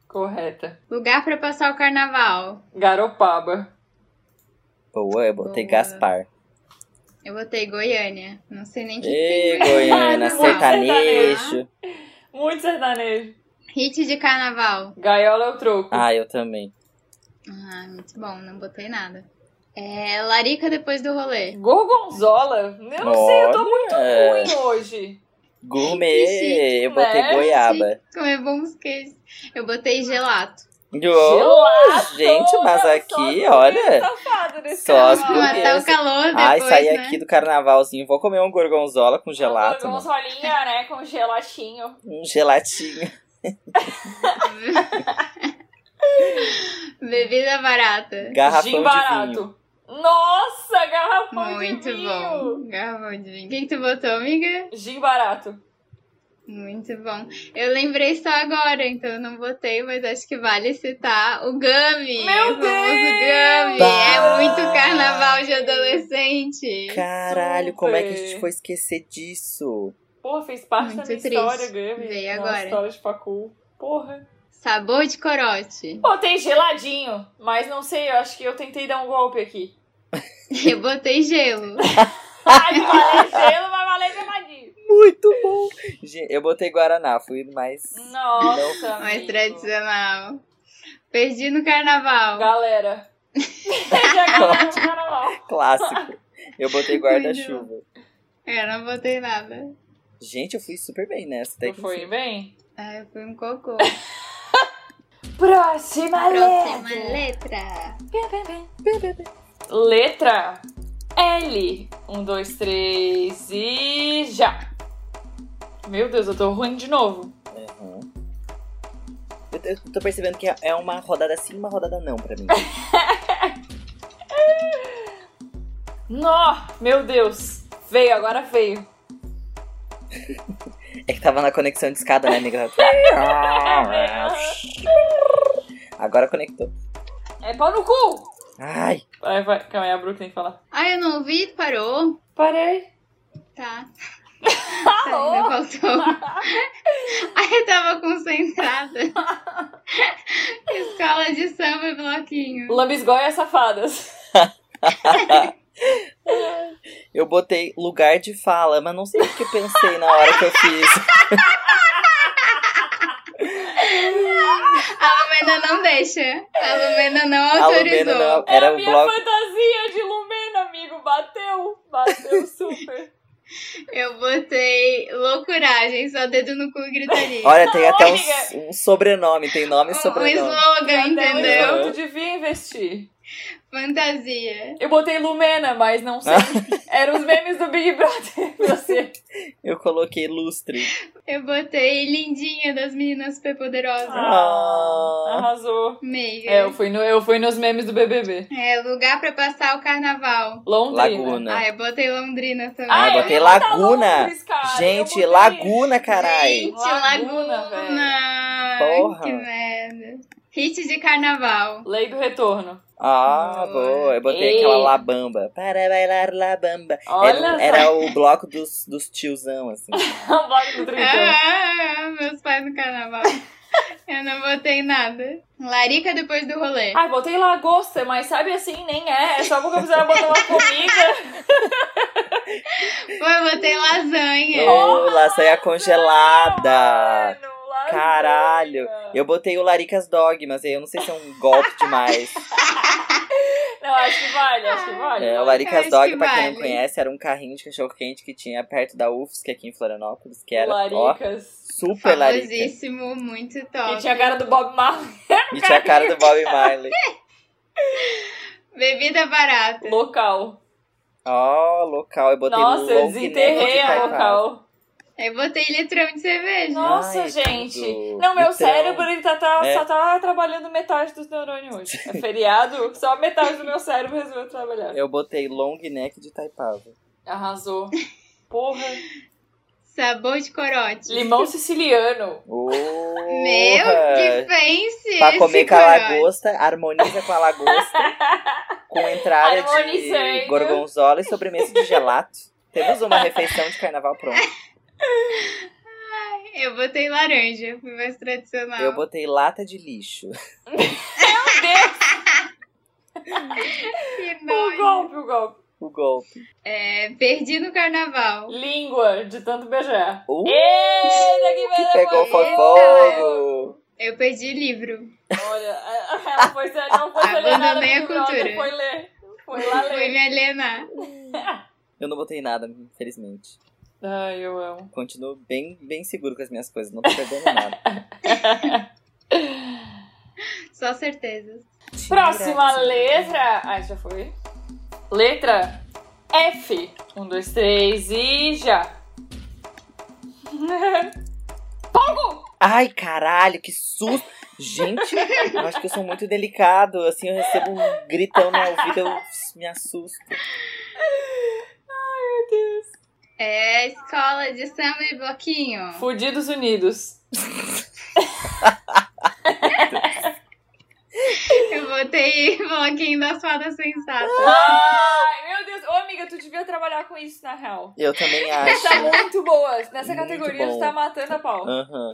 Correta.
Lugar pra passar o carnaval.
Garopaba.
Boa, eu botei
Boa.
Gaspar.
Eu botei Goiânia. Não sei nem o que
Ê,
que tem
Goiânia,
tá
Ai, meu
sertanejo.
Muito sertanejo.
Hit de carnaval.
Gaiola é o troco.
Ah, eu também.
Ah, muito bom. Não botei nada. É, larica depois do rolê.
Gorgonzola? Eu não sei, eu tô muito
Olha.
ruim hoje.
É, Gourmet,
Que chique,
eu botei
né?
goiaba.
Comer bons queijos. é Eu botei gelato.
Oh, gente, mas aqui, olha. Só as
Só
Pra matar o calor depois,
Ai, saí
né?
aqui do carnavalzinho, vou comer um gorgonzola com gelato. mano.
Gorgonzolinha, né? Com gelatinho.
Um gelatinho.
Bebida barata.
Gin
Garrafão de vinho.
barato. Nossa, garrafão
Muito
de vinho.
bom. Garrafão de vinho. O que, que tu botou, amiga?
Gin barato.
Muito bom. Eu lembrei só agora, então eu não botei, mas acho que vale citar o Gummy.
Meu
o famoso
Deus!
Gummy.
Bah!
É muito carnaval de adolescente.
Caralho, como é que a gente
Super.
foi esquecer disso?
Porra, fez parte
Muito
da minha
triste.
história, Gabi.
Veio
Nossa,
agora.
história de facul. Porra.
Sabor de corote.
Pô, tem geladinho. Mas não sei, eu acho que eu tentei dar um golpe aqui.
Eu botei gelo.
Ai, vai valer gelo, vai valer geladinho.
Muito bom! Gente, eu botei Guaraná, fui mais.
Nossa,
Mais
amigo.
tradicional. Perdi no carnaval.
Galera. Já galera no carnaval.
Clássico. Eu botei guarda-chuva.
Eu não botei nada.
Gente, eu fui super bem nessa. até
Tu
que
foi
enfim.
bem?
Ai, eu fui um cocô.
Próxima,
Próxima
letra.
letra.
Letra L. Um, dois, três e já. Meu Deus, eu tô ruim de novo.
Uhum. Eu, t- eu tô percebendo que é uma rodada sim, uma rodada não pra mim.
Nó, meu Deus. Veio, agora veio.
É que tava na conexão de escada, né, amiga? Agora conectou.
É pau no cu.
Ai,
Vai, vai. Calma aí, a Brooke tem que falar.
Ai, Ah, eu não ouvi, parou.
Parei.
Tá.
Alô?
Ainda faltou. Ai, eu tava concentrada. Escola de samba e bloquinho.
Lambisgoia safadas.
eu botei lugar de fala, mas não sei o que eu pensei na hora que eu fiz.
A Lumena não deixa. A Lumena não
A
autorizou.
Lumena não- Era
É a
o
minha
bloco-
fantasia de Lumena, amigo. Bateu. Bateu super.
Eu botei loucuragem, só dedo no cu e gritaria.
Olha, tem até um,
Amiga.
s- um sobrenome, tem nome
um,
e
um
sobrenome.
slogan,
Até
entendeu?
onde eu devia investir.
Fantasia.
Eu botei Lumena, mas não sei. Eram os memes do Big Brother. Você.
Eu coloquei lustre.
Eu botei lindinha das meninas
Ah.
superpoderosas.
Ah, arrasou.
Meiga.
É, eu fui, no, eu fui nos memes do BBB.
É, lugar pra passar o carnaval.
Londrina.
Laguna.
Ah, eu botei Londrina também.
Ah, eu
eu
botei
ia botar
Laguna.
Londres, cara. Eu
Gente,
botei-
laguna, carai.
Gente,
Laguna,
Laguna.
Porra.
Que merda. Hit de carnaval.
Lei do retorno.
Ah, boa. Eu botei
Ei.
aquela labamba. Para bailar labamba.
Olha
Era, um-
só.
era o bloco dos, dos tiozão, assim.
Um bloco do
Então.
Tritão.
Ah, meus pais no carnaval. eu não botei nada. Larica depois do rolê.
Ah.
Ai, Ah, botei lagosta, mas sabe assim, nem é. É só porque eu precisava botar uma comida.
Pô, eu botei lasanha.
Ô, lasanha congelada.
Mano, lasanha.
Caralho. Eu botei o Laricas Dog, mas aí eu não sei se é um golpe demais.
Não, acho que vale, acho que vale.
É, o
vale.
Eu
Laricas
acho
Dog,
que
pra quem não
vale.
conhece, era um carrinho de cachorro-quente que tinha perto da UFSC aqui em Florianópolis, que era ó,
Laricas.
super larica.
Famosíssimo, muito
E
top.
tinha a cara do Bob Marley.
E tinha a cara do Bob Marley.
Bebida barata.
Local.
Ó, local. Eu botei
Nossa, eu
long neck de
desenterrei a
taipava.
local.
Eu botei litrão de cerveja.
Nossa,
tá Ai,
gente.
tudo.
Não, meu
Então,
cérebro ele tá, tá-
é.
só tá trabalhando metade dos neurônios hoje. É feriado, só metade do meu cérebro resolveu trabalhar.
Eu botei long neck de taipava.
Arrasou. Porra.
Sabor de corote.
Limão siciliano.
Meu, que fancy
Pra comer
esse
com a
corote.
lagosta, harmoniza com a lagosta, com entrada de
Harmonizando.
gorgonzola e sobremesa de gelato. Temos uma refeição de carnaval pronta.
Eu botei laranja, fui mais tradicional.
Eu botei lata de lixo.
Meu Deus,
Que
o
nojo.
golpe, o golpe.
O golpe.
É, perdi no carnaval.
Língua de tanto beijar.
Uh,
Eita, que beleza!
pegou
foi
fogo!
Eu perdi livro.
Olha, ela foi, não foi ler nada
Abandonei a
do livro, ela
cultura.
foi ler. Foi lá
Fui
ler.
me alienar.
Eu não botei nada, infelizmente.
Ai, eu amo.
Continuo bem, bem seguro com as minhas coisas, não tô perdendo nada.
Só certezas.
Próxima letra. Ai, já foi. Letra F. Um, dois, três e já.
Ai, caralho, que susto! Gente, eu acho que eu sou muito delicado. Assim, eu recebo um gritão na ouvido, eu me assusto.
É escola de samba e bloquinho.
Fudidos Unidos.
Eu botei bloquinho das fadas sensatas.
Ai, meu Deus. Ô, amiga, tu devia trabalhar com isso, na real.
Eu também
Tá
acho.
muito boas. Nessa
Muito
categoria,
bom.
tu tá matando a pau.
Aham.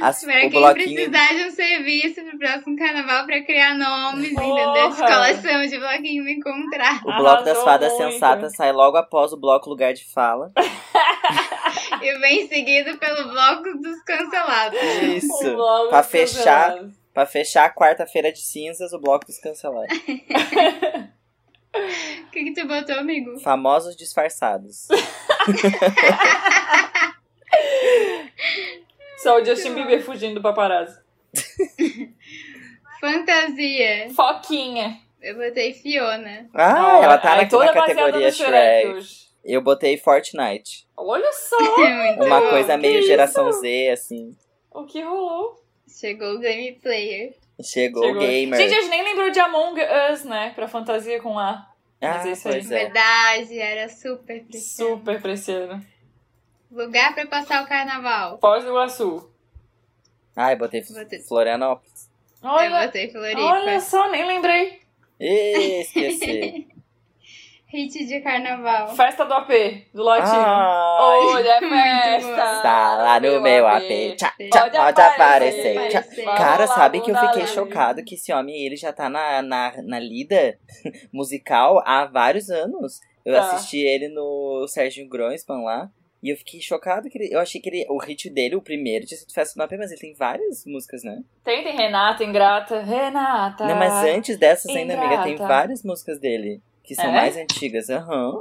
As-
Pra
o
quem
bloquinho.
precisar de um serviço pro próximo carnaval pra criar nomes, entendeu?
Porra!
Escola de samba de bloquinho me encontrar.
O bloco das
Arrasou
fadas
muito.
sensatas sai logo após o bloco lugar de fala.
E bem seguido pelo bloco dos cancelados.
O
Isso.
blog
pra
dos
fechar.
cancelados.
Pra fechar a quarta-feira de cinzas, o bloco dos cancelados.
O que, que tu botou, amigo?
Famosos disfarçados.
Só o Justin Bieber fugindo do paparazzo.
Fantasia.
Foquinha.
Eu botei Fiona.
Ah, ela tá
Ai,
na,
toda
na
baseada
categoria
é no
Shrek.
hoje.
Eu botei Fortnite.
Olha só
É Muito
Uma
bom.
coisa
que
meio
isso?
geração Z, assim.
o que rolou.
Chegou o Game Player.
Chegou o
Chegou.
gamer.
Gente, a gente nem lembrou de Among Us, né? Pra fantasia com A.
ah,
mas é isso aí.
pois é.
Verdade, era super preciso.
Super precioso.
Lugar pra passar o carnaval.
Foz do Iguaçu.
Ai, botei
Botei.
Florianópolis.
Eu
Olha,
botei É, Floripa.
olha só, nem lembrei.
Ih, esqueci.
Hit de carnaval.
Festa do AP, do Latinho.
Ai,
Olha,
Muito
festa.
Ah, está lá no meu AP. Tchá, tchá,
Pode
pode
aparecer.
aparecer. Tchá,
Aparecer.
Fala
Cara,
lá,
sabe que eu
bunda
fiquei
lá.
chocado que esse homem, ele já tá na, na, na lida musical há vários anos. Eu
Tá.
assisti ele no Sérgio Grossman lá. E eu fiquei chocado que ele, eu achei que ele, o hit dele, o primeiro, tinha sido Festa do Mapê, mas ele tem várias músicas, né?
Tem, tem Renata, Ingrata. Renata.
Não, mas antes dessas ainda, amiga, tem
Ingrata.
várias músicas dele que são
É?
mais antigas. Aham.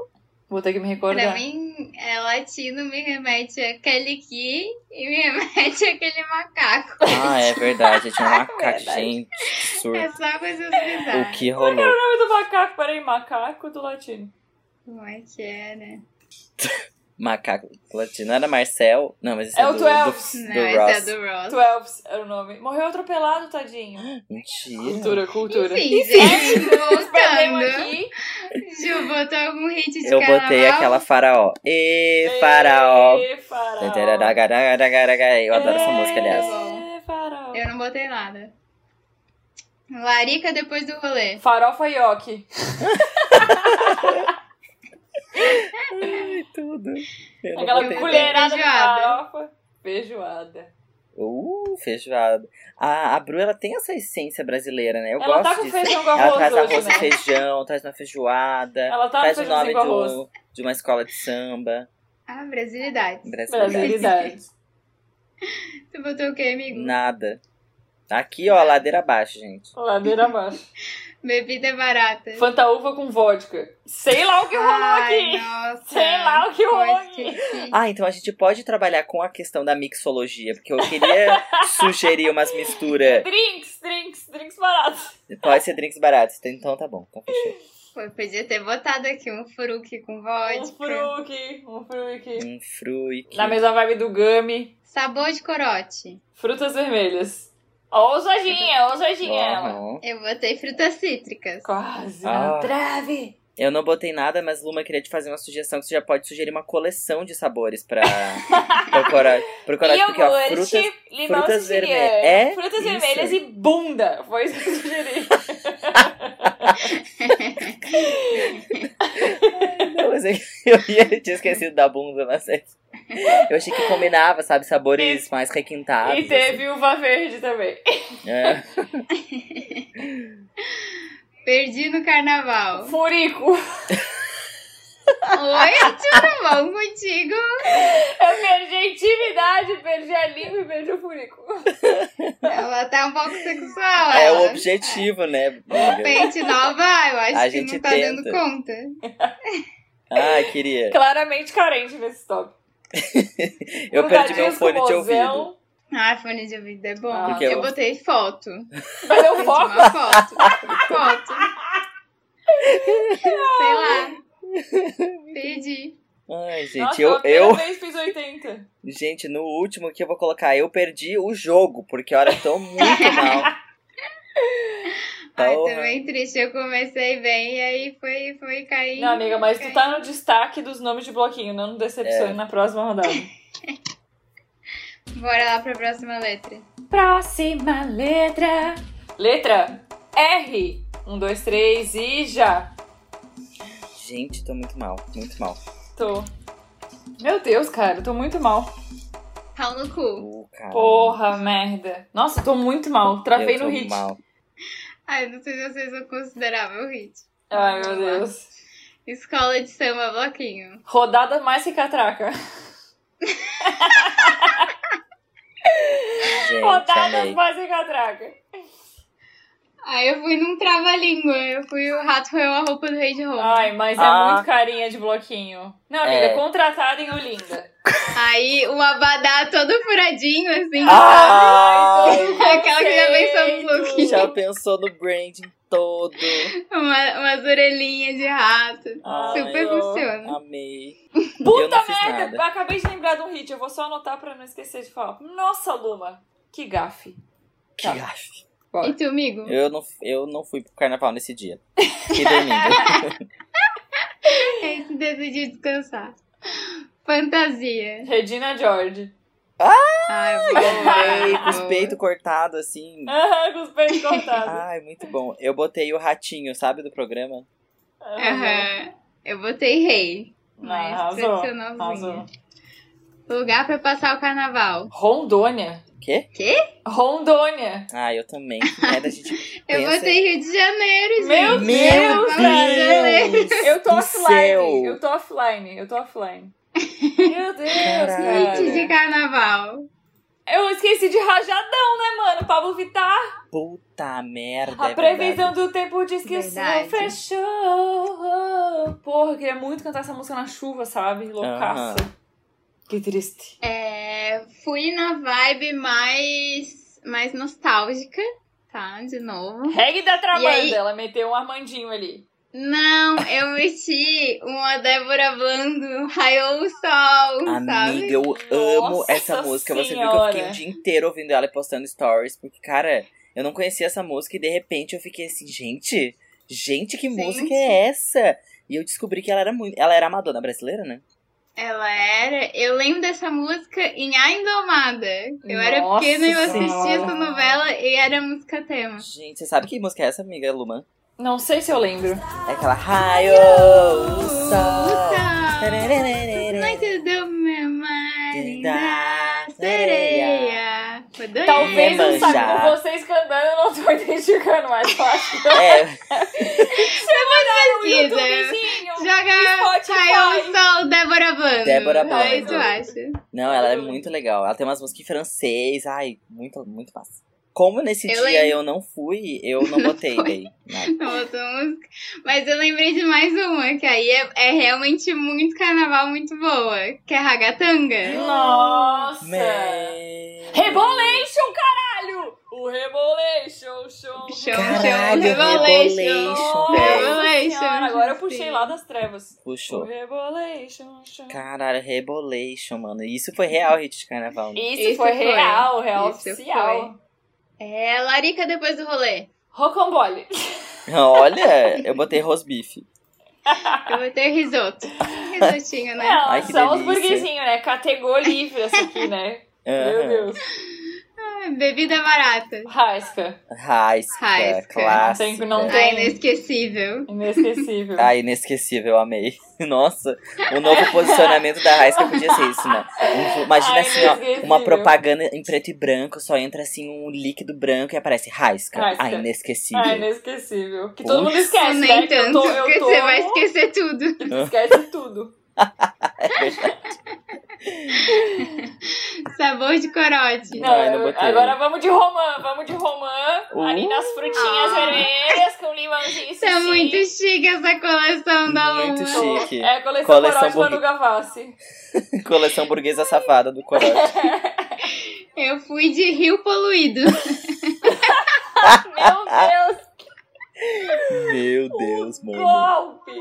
Vou ter que me
Pra
recordar.
mim, é latino, me remete a Kelly Key e me remete àquele macaco.
Ah, é verdade, eu tinha um macaco,
Verdade.
gente, que
É
surto.
só coisas
O
bizarras.
que rolou?
O nome do macaco, peraí, macaco do latino.
Como é que é, né?
Macaco latino era Marcel. Não, mas esse
É
é,
o
do,
Twelves.
do,
Não,
do
esse
Ross.
é do Ross.
Twelves era o nome. Morreu atropelado, tadinho.
Mentira.
Cultura, cultura.
Enfim, gente,
Perdemos
voltando.
aqui.
Ju, botou algum hit de
Eu
carnaval?
botei aquela faraó. E faraó.
Ê, faraó.
Tarararagaragaragaragara. Eu adoro
É,
essa música, aliás.
Ê, faraó.
Eu não botei nada. Larica depois do rolê.
Farofa Yoki.
Tudo. Eu não
Aquela
botei
colherada de
Feijoada.
farofa. Feijoada.
nada. Uh, feijoada. A, a Bru, ela tem essa essência brasileira, né? Eu
Ela
gosto
tá com
disso.
feijão com
Ela traz
arroz
arroz
hoje,
e
né?
feijão, traz uma feijoada.
Ela tá com
traz o
feijãozinho
nome
com arroz.
do, de uma escola de samba
Ah, brasilidade.
brasileira.
Brasilidade.
Tu botou o quê, amigo?
Nada. Aqui, ó, ladeira abaixo, gente.
Ladeira abaixo.
Bebida barata.
Fanta uva com vodka. Sei lá o que rolou
Ai,
aqui.
nossa.
Sei lá o que rolou
Pois
aqui.
esqueci.
Ah, então a gente pode trabalhar com a questão da mixologia, porque eu queria sugerir umas misturas.
Drinks, drinks, drinks baratos.
Pode ser drinks baratos, então tá bom, tá fechado.
Pô, eu podia ter botado aqui um fruque com vodka.
Um fruque, um fruque.
Um fruit.
Na mesma vibe do Gummy.
Sabor de corote.
Frutas vermelhas. Ó, Ousadinha, ousadinha ela.
Aham.
Eu botei frutas cítricas.
Quase
Ah.
não trave.
Eu não botei nada, mas Luma queria te fazer uma sugestão que você já pode sugerir uma coleção de sabores pra procurar. procurar porque, ó,
Iogurte,
frutas,
limão
frutas
siciliano,
vermelhas. É
frutas
isso.
vermelhas e bunda. Foi isso que eu sugeri.
Eu achei que eu ia- eu tinha esquecido da bunda, mas é- eu achei que combinava, sabe? Sabores mais requintados.
e teve uva verde também.
assim. É.
Perdi no carnaval.
Furico.
Oi, tudo bom contigo?
Eu perdi a intimidade, perdi a língua e perdi o furico.
Ela tá um pouco sexual.
É
Ah.
o
ela.
objetivo, né?
De
amiga?
repente nova, eu acho
A
que
gente
não tá
tenta.
dando conta.
Ai, queria.
Claramente carente nesse top.
Eu perdi meu
Grudadinhos
fone
com
de
mozão.
ouvido.
Ah, fone de ouvido é bom.
Ah.
Porque
eu
eu-
botei foto.
Mas eu
Perdi
foco.
uma foto. Foto. Sei lá. Perdi.
Ai, gente,
Nossa,
eu,
a primeira
eu.
vez fiz 80.
Gente, no último que eu vou colocar, eu perdi o jogo, porque olha, eu tô muito mal.
Ai,
Porra.
também triste. Eu comecei bem e aí foi, foi caindo.
Não, amiga, mas tu
caindo.
tá no destaque dos nomes de bloquinho. Não
É.
decepcione na próxima rodada.
Bora lá pra próxima letra.
Próxima letra. Letra R. Um, dois, três e já.
Gente, tô muito mal, muito mal.
Tô. Meu Deus, cara, eu tô muito mal.
Pau no cu.
Uh, cara,
Porra, merda. Nossa, eu tô muito mal. Travei
eu tô
no hit.
Mal.
Ai, não sei se vocês vão considerar meu hit.
Ai, meu Deus.
Escola de samba, bloquinho.
Rodada mais que catraca.
Gente,
Rodadas
amei.
mais que catraca.
Aí eu fui num trava-língua. Eu fui o rato roeu a roupa do rei de Roma.
Ai, mas é
Ah.
muito carinha de bloquinho. Não, amiga,
É.
contratada em Olinda.
Aí o abadá todo furadinho, assim.
Ah,
Aquela que já vem só um pouquinho.
já pensou no branding todo.
Uma, umas orelhinhas de rato.
Ai,
Super
ó.
funciona.
Amei. eu
Puta
não fiz
merda!
nada.
Acabei de lembrar de um hit, eu vou só anotar pra não esquecer de falar. Nossa, Luma, que gafe.
Que gafe.
E tu, amigo?
Tá. Eu não, eu não fui pro carnaval nesse dia. Fiquei dormindo.
Aí tu é decidiu descansar. Fantasia.
Regina George.
Ai, boa.
Amei, com os
boa.
peitos cortados, assim.
Aham, com os peitos cortados.
Ai, muito bom. Eu botei o ratinho, sabe, do programa?
Aham.
Aham. Eu botei rei.
Não,
Mas
arrasou.
tradicionalzinha.
arrasou.
Lugar pra passar o carnaval.
Rondônia.
Quê?
Rondônia.
Ah, eu também. Que merda, a gente
Eu
pensa-
botei Rio de Janeiro, gente.
Meu
Meu
Deus,
Deus!
Eu tô
do
offline.
céu.
Eu tô offline. Eu tô offline. Meu Deus,
Caralho.
Hit de
cara.
carnaval.
Eu esqueci de rajadão, né, mano? Pablo Vittar.
Puta merda.
A
é
previsão
verdade.
do tempo diz que
Verdade.
o céu fechou. Porra, eu queria muito cantar essa música na chuva, sabe? Loucaça. Que triste.
É, fui na vibe mais, mais nostálgica, tá? De novo.
Reggae da
E
Trabanda.
aí?
Ela meteu um Armandinho ali.
Não, eu meti uma Débora Blando, raiou o sol,
Amiga,
sabe?
eu amo
Nossa
essa música. Você viu que eu
Senhora.
fiquei o dia inteiro ouvindo ela e postando stories. Porque, cara, eu não conhecia essa música e de repente eu fiquei assim, gente, gente, que música é essa? E eu descobri que ela era muito. Ela era a Madonna brasileira, né?
Ela era. Eu lembro dessa música em A Indomada. Eu era
Nossa
pequena e eu assistia
Senhora.
essa novela e era a música tema.
Gente, você sabe que música é essa, amiga Luma?
Não sei se eu lembro.
É aquela oh, Raio
O
Sol.
sol, noite do meu mar, linda sereia. Foi doido.
Talvez
é
eu
Iemanjá.
saiba com vocês cantando, eu não tô identificando mais. Eu acho que eu
É,
era um
pesquisa.
YouTubezinho.
Joga
Spotify.
Caiu o Sol, Débora Blando. É
Débora
Aí tu
Blando.
acha.
Não, ela é muito legal. Ela tem umas músicas em francês. Ai, muito, muito massa. Como nesse
Eu
dia
lembro.
eu não fui, eu não botei né? daí. nada.
Não botou música. Mas eu lembrei de mais uma, que aí é, é realmente muito carnaval, muito boa. Que é Ragatanga.
Nossa!
Meu-
Rebolation, caralho! O Rebolation, show!
Show,
Caralho,
show, revelation.
Rebolation,
Nossa
velho.
Revelation,
senhora, agora eu
sim.
puxei lá das trevas. O
Puxou.
Rebolation, show.
Caralho, Rebolation, mano. Isso foi real hit de carnaval. né?
Isso
Esse
foi
foi.
real, real
Esse
oficial.
É Larica depois do rolê.
Rocambole.
Olha, eu botei rosbife.
Eu vou ter risoto. Risotinho, né?
Não,
Ai, que
só os
delícia. É.
burguesinhos, né? Categor livre essa aqui, né? Meu
Aham.
Deus.
Ah, Bebida barata.
Rasca.
Raisca,
Raisca.
Não
clássica.
tem, não
Ah,
tem.
inesquecível.
Inesquecível.
Ah, inesquecível, amei. Nossa, o novo posicionamento da Raisca podia ser isso, né? Um- Imagina
Ai,
assim, ó,
inesquecível.
uma propaganda em preto e branco, só entra assim um líquido branco e aparece Raisca.
Raisca.
Ah, inesquecível.
Ah, inesquecível. Que todo mundo
Ou
esquece, né?
nem
Que eu
tanto,
tô, eu
porque
tô...
você vai esquecer tudo.
Ah.
Esquece tudo.
Sabor de corote.
Não,
Ai, não
eu-
botei.
agora vamos de romã, vamos de romã.
Uh.
Ali nas frutinhas
Ah.
vermelhas com limãozinho.
Tá
sim.
muito chique essa coleção da
Muito
Luna.
chique. chique.
É a coleção,
Coleção
coleção
burgui-
Manu Gavassi.
Coleção burguesa safada do Corote.
Eu fui de rio poluído.
Meu Deus,
Meu Deus, mano.
golpe!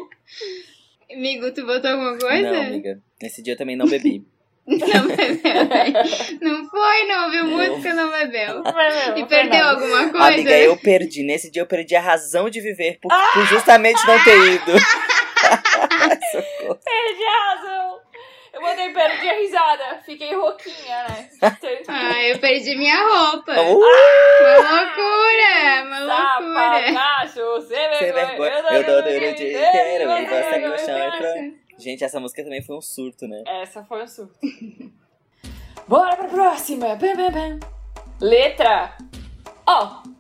Amigo, tu botou alguma coisa?
Não, amiga. Nesse dia eu também não bebi.
Não bebeu, né? Não foi, não ouviu música, não bebeu.
Mas não,
E
não foi
perdeu
nada.
alguma coisa?
Amiga, eu perdi. Nesse dia eu perdi a razão de viver por, por justamente não ter ido.
Perdi a razão. Eu botei perdi a risada. Fiquei rouquinha, né?
Ah, eu perdi minha roupa.
Uh,
Uma loucura, uma Ah, loucura.
Sapatacho, sem
sem vergonha.
vergonha.
Eu dou duro o dia inteiro. E você que
eu
o chão
dou-
é pra- Gente, essa música também foi um surto, né?
Essa foi um surto. Bora pra próxima. Bam, bam, bam. Letra O.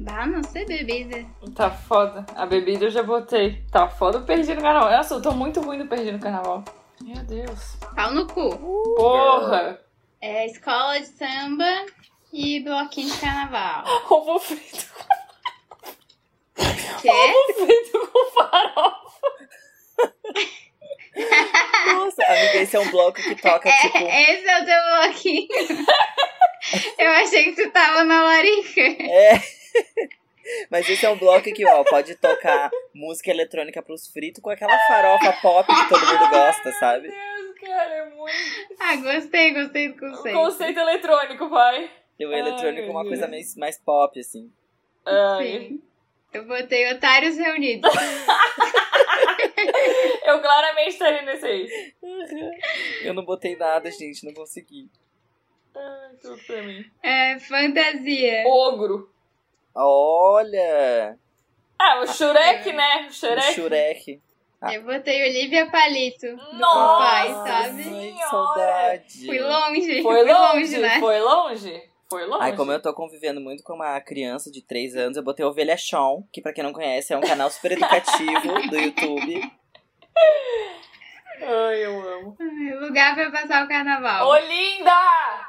Bah, não sei bebida.
Tá foda. A bebida eu já botei. Tá foda o perdi no carnaval. Nossa, eu tô muito ruim do perdi no carnaval. Meu Deus.
Pau no cu.
Porra.
É escola de samba e bloquinho de carnaval.
Ovo frito.
Quê?
Frito com farofa.
Nossa, amiga, esse é um bloco que toca, tipo.
É, esse é o teu bloquinho. Eu achei que tu tava na larica.
Mas esse é um bloco que, ó, pode tocar música eletrônica pros fritos com aquela farofa pop que todo mundo gosta, sabe?
Meu Deus, cara, é muito.
Ah, gostei, gostei do conceito.
Conceito eletrônico, vai.
E o
Ai,
eletrônico é uma
meu
coisa
Deus.
mais, mais pop, assim.
Ai.
Sim. Eu botei otários reunidos.
Eu claramente estaria nesse aí.
Eu não botei nada, gente, não consegui.
Ai, tudo pra mim.
É, fantasia.
Ogro.
Olha! um
Ah, o
É.
Shurek, né? O Shurek.
O Shurek.
Eu botei Olivia Palito. do
Nossa
Popeye, sabe?
Ai, que
Senhora!
saudade.
Fui
Foi
longe. fui
longe,
né?
foi longe, foi longe.
Ai, como eu tô convivendo muito com uma criança de 3 anos, eu botei Ovelha Chon, que pra quem não conhece é um canal super educativo do YouTube.
Ai, eu amo.
Ai, Lugar pra passar
Tá.
o carnaval.
Olinda!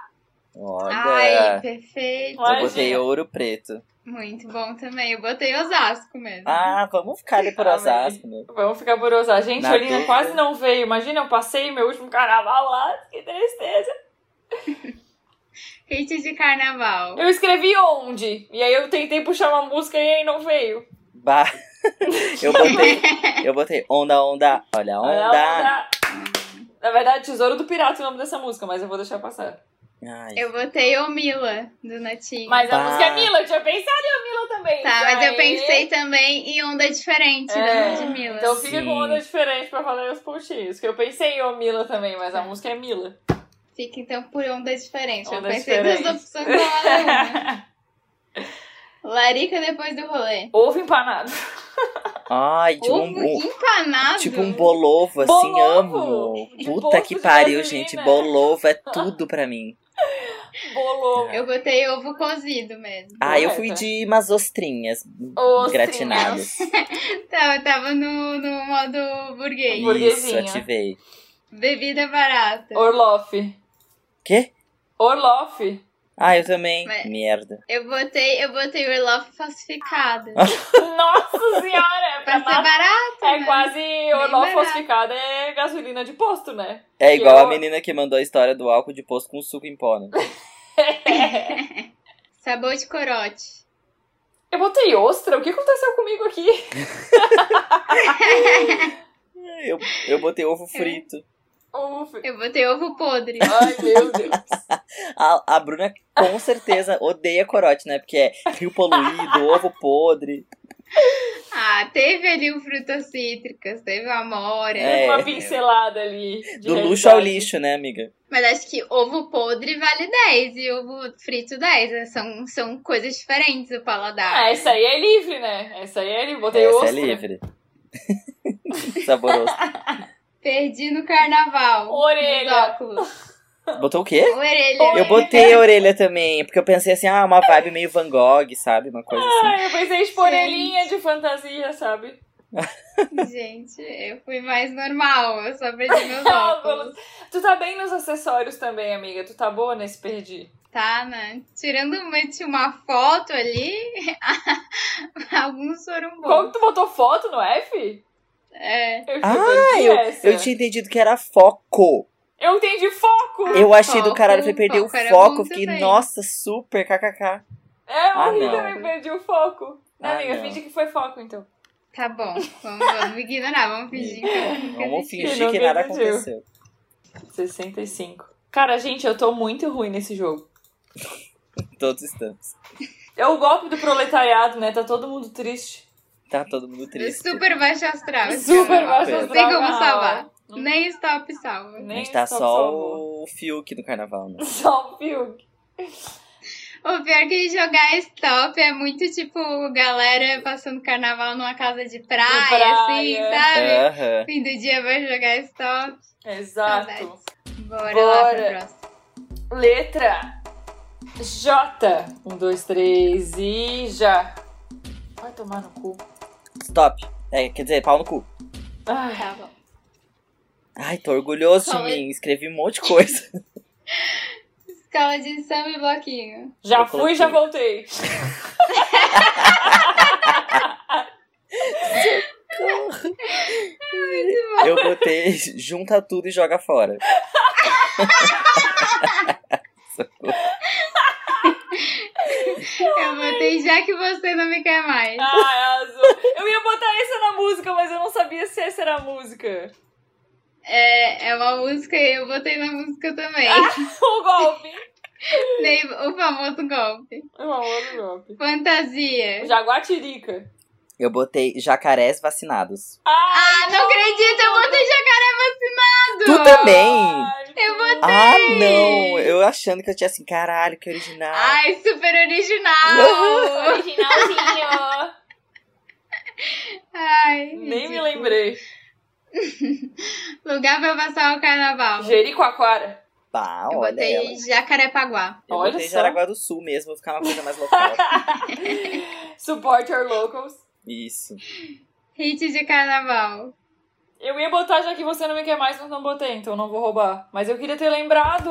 Olha!
Ai, perfeito.
Ai,
eu botei
gente.
Ouro Preto.
Muito bom também. Eu botei Osasco mesmo.
Ah, vamos ficar ali por
Amei.
Osasco, né?
Vamos ficar por Osasco. Gente,
Na
a Olinda
dúvida.
quase não veio. Imagina, eu passei meu último carnaval lá. Que tristeza.
Hit de carnaval.
Eu escrevi onde? E aí eu tentei puxar uma música e aí não veio.
Bah. Eu botei, eu botei onda, onda, olha,
Olha
onda.
lá, onda. Na verdade, Tesouro do Pirata é o nome dessa música, mas eu vou deixar passar.
Ai,
Eu botei o Mila, do Natinho.
Mas a
Bah.
música é Mila, eu tinha pensado em Mila também.
Tá, mas eu
Aí-
pensei também em onda diferente né,
É,
da Ludmilla.
Então fica com
Sim.
onda diferente pra falar os pontinhos. Que eu pensei em Ô Mila também, mas
Tá.
a música é Mila.
Fica então por onda diferente.
Onda
eu pensei
diferente.
duas opções pra uma. Larica depois do rolê.
Ovo empanado.
ai tipo, um,
Ovo
um-
empanado.
tipo um bolovo, assim,
Bolovo!
amo.
De né?
Puta
bolso
que
de
pariu,
gasolina.
gente. Bolovo é tudo pra mim.
Bolo.
É.
Eu botei ovo cozido mesmo.
Ah, eu fui
Correta.
de umas ostrinhas
então. Ostrinhas.
gratinadas.
Então, eu tava no, no modo burguês.
Isso,
Hamburguesinha.
ativei.
Bebida barata.
Orloff.
Quê?
Orloff.
Ah, eu também.
É.
Mas-
Merda.
Eu botei, eu botei o Orloff falsificado.
Ah.
Nossa senhora! É, pra
pra ser
matar.
barato.
é
né?
quase Orloff
barato.
falsificado, é gasolina de posto, né?
É
Que
igual
eu-
a menina que mandou a história do álcool de poço com suco em pó, né?
Sabor de corote.
Eu botei ostra, o que aconteceu comigo aqui?
Eu, eu botei
É.
ovo frito.
Uf.
Eu botei ovo podre.
Ai, meu Deus.
A, a Bruna com certeza odeia corote, né? Porque é rio poluído, ovo podre.
Ah, teve ali o frutas cítricas, teve a amora.
É.
Uma pincelada ali. de
Do luxo ao
realidade.
lixo, né, amiga?
Mas acho que ovo podre vale 10 e ovo frito 10. né? São, são coisas diferentes do paladar.
Ah, essa aí é livre, né? Essa aí é livre. Botei
Essa
né?
ostra.
é livre. Saboroso.
Perdi no carnaval.
Orelha.
Os óculos.
Botou o quê?
Orelha.
Orelha.
Eu botei a orelha também, porque eu pensei assim, ah, uma vibe meio Van Gogh, sabe? Uma coisa assim.
Ai, eu pensei tipo
Sim.
orelhinha de fantasia, sabe?
Gente, eu fui mais normal. Eu só perdi meus
Óculos.
óculos.
Tu tá bem nos acessórios também, amiga. Tu tá boa nesse perdi.
Tá, né? Tirando uma, tinha uma foto ali, alguns foram
Qual
bons.
que tu botou foto no F?
É.
Eu,
Ah,
perdi essa.
Eu tinha entendido que era foco.
Eu entendi foco.
Eu achei do
Ah, foco,
caralho, falei, perdi o
foco era
foco.
bom
Fiquei,
também.
nossa, super, kkk.
É, eu
Ah,
morri
não.
também, perdi o foco. Não,
Ah,
amiga,
não.
finge que foi foco, então.
Tá bom. Vamos, vamos ignorar, vamos fingir. que nunca
Vamos
existiu.
fingir que nada
Nunca existiu.
aconteceu.
65. Cara, gente, eu tô muito ruim nesse jogo.
Todos estamos.
É o golpe do proletariado, né? Tá todo mundo triste.
Tá todo mundo triste.
Super baixo astral. esse
Super
carnaval.
baixo
Não tem
astral.
como
na
salvar.
aula.
Nem stop salva.
A
Nem
gente tá
só
um
só
salvou.
o Fiuk no carnaval, né?
Só o Fiuk.
O pior que jogar stop é muito tipo galera passando carnaval numa casa de praia,
De praia.
assim, sabe?
Aham.
Fim do dia vai jogar stop.
Exato.
Saudades. Bora, lá
Bora.
pra próxima.
Letra J. Um, dois, três e já. Vai tomar no cu.
Stop. É, quer dizer, pau no cu.
Ai,
Tá bom.
Ai, tô orgulhoso
Qual é?
de mim. Escrevi um monte de coisa.
Escola de samba e bloquinho.
já
Eu
fui, já voltei.
Eu botei junta tudo e joga fora. Socorro.
Eu botei já que você não me quer mais.
Ah, é azul. Eu ia botar essa na música, mas eu não sabia se essa era a música.
É, é uma música e eu botei na música também.
O golpe.
Dei o famoso golpe.
O famoso golpe.
Fantasia.
Jaguatirica.
Eu botei jacarés vacinados.
Ah, não acredito, eu botei jacaré
Tu
Ah.
vacinado.
também!
Ai,
Eu botei.
Ah, não! Eu achando que eu tinha assim, caralho, que original.
Ah,
Ai, super original.
um Originalzinho.
Ai,
Nem me
ridículo.
lembrei.
Lugar pra passar o carnaval.
Jericoacoara.
Pá,
eu
olha
botei
ela.
Jacarepaguá.
Eu
Olha
botei
só.
Jaraguá do Sul mesmo, ficar uma coisa mais local.
Support your locals.
Isso.
Hit de carnaval.
Eu ia botar já que você não me quer mais, mas não botei, então não vou roubar. Mas eu queria ter lembrado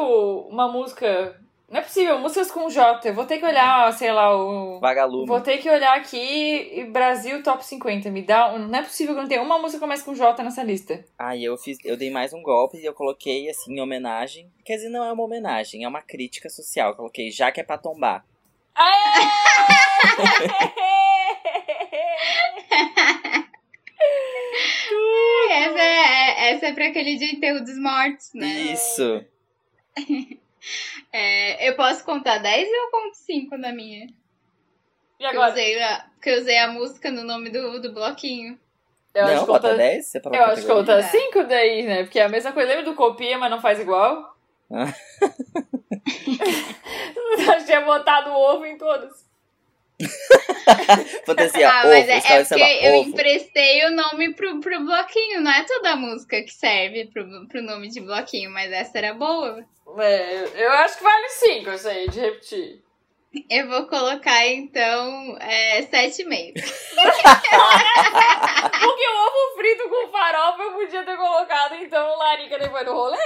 uma música. Não é possível, músicas com J. Eu vou ter que olhar, sei lá, o.
Vagalume.
Vou ter que olhar aqui e Brasil Top 50. Me dá. um- Não é possível que não tenha uma música mais com J nessa lista.
Aí eu fiz, eu dei mais um golpe e eu coloquei assim, em homenagem. Quer dizer, não é uma homenagem, é uma crítica social. Eu coloquei, já que é pra tombar.
Essa é, essa é pra aquele dia enterro dos mortos,
Uhum.
né?
Isso.
É, eu posso contar 10 ou eu conto 5 na minha?
E
Que eu,
agora?
usei a, que eu usei a música no nome do, do bloquinho.
Eu
não,
acho que
bota
outra-
10? Você falou
Eu acho que
categoria?
outra 5 daí, né? Porque é a mesma coisa. Lembra do copia, mas não faz igual?
Ah.
Eu tinha botado ovo em todas.
Fantasia,
ah,
ovo,
mas é,
história
é
de samba,
porque eu
ovo.
emprestei o nome pro, pro bloquinho. Não é toda música que serve pro, pro nome de bloquinho, mas essa era boa.
É, eu- eu acho que vale 5 isso aí, de repetir.
Eu vou colocar, então, é, 7,5.
Porque o ovo frito com farofa eu podia ter colocado, então, larica depois do rolê.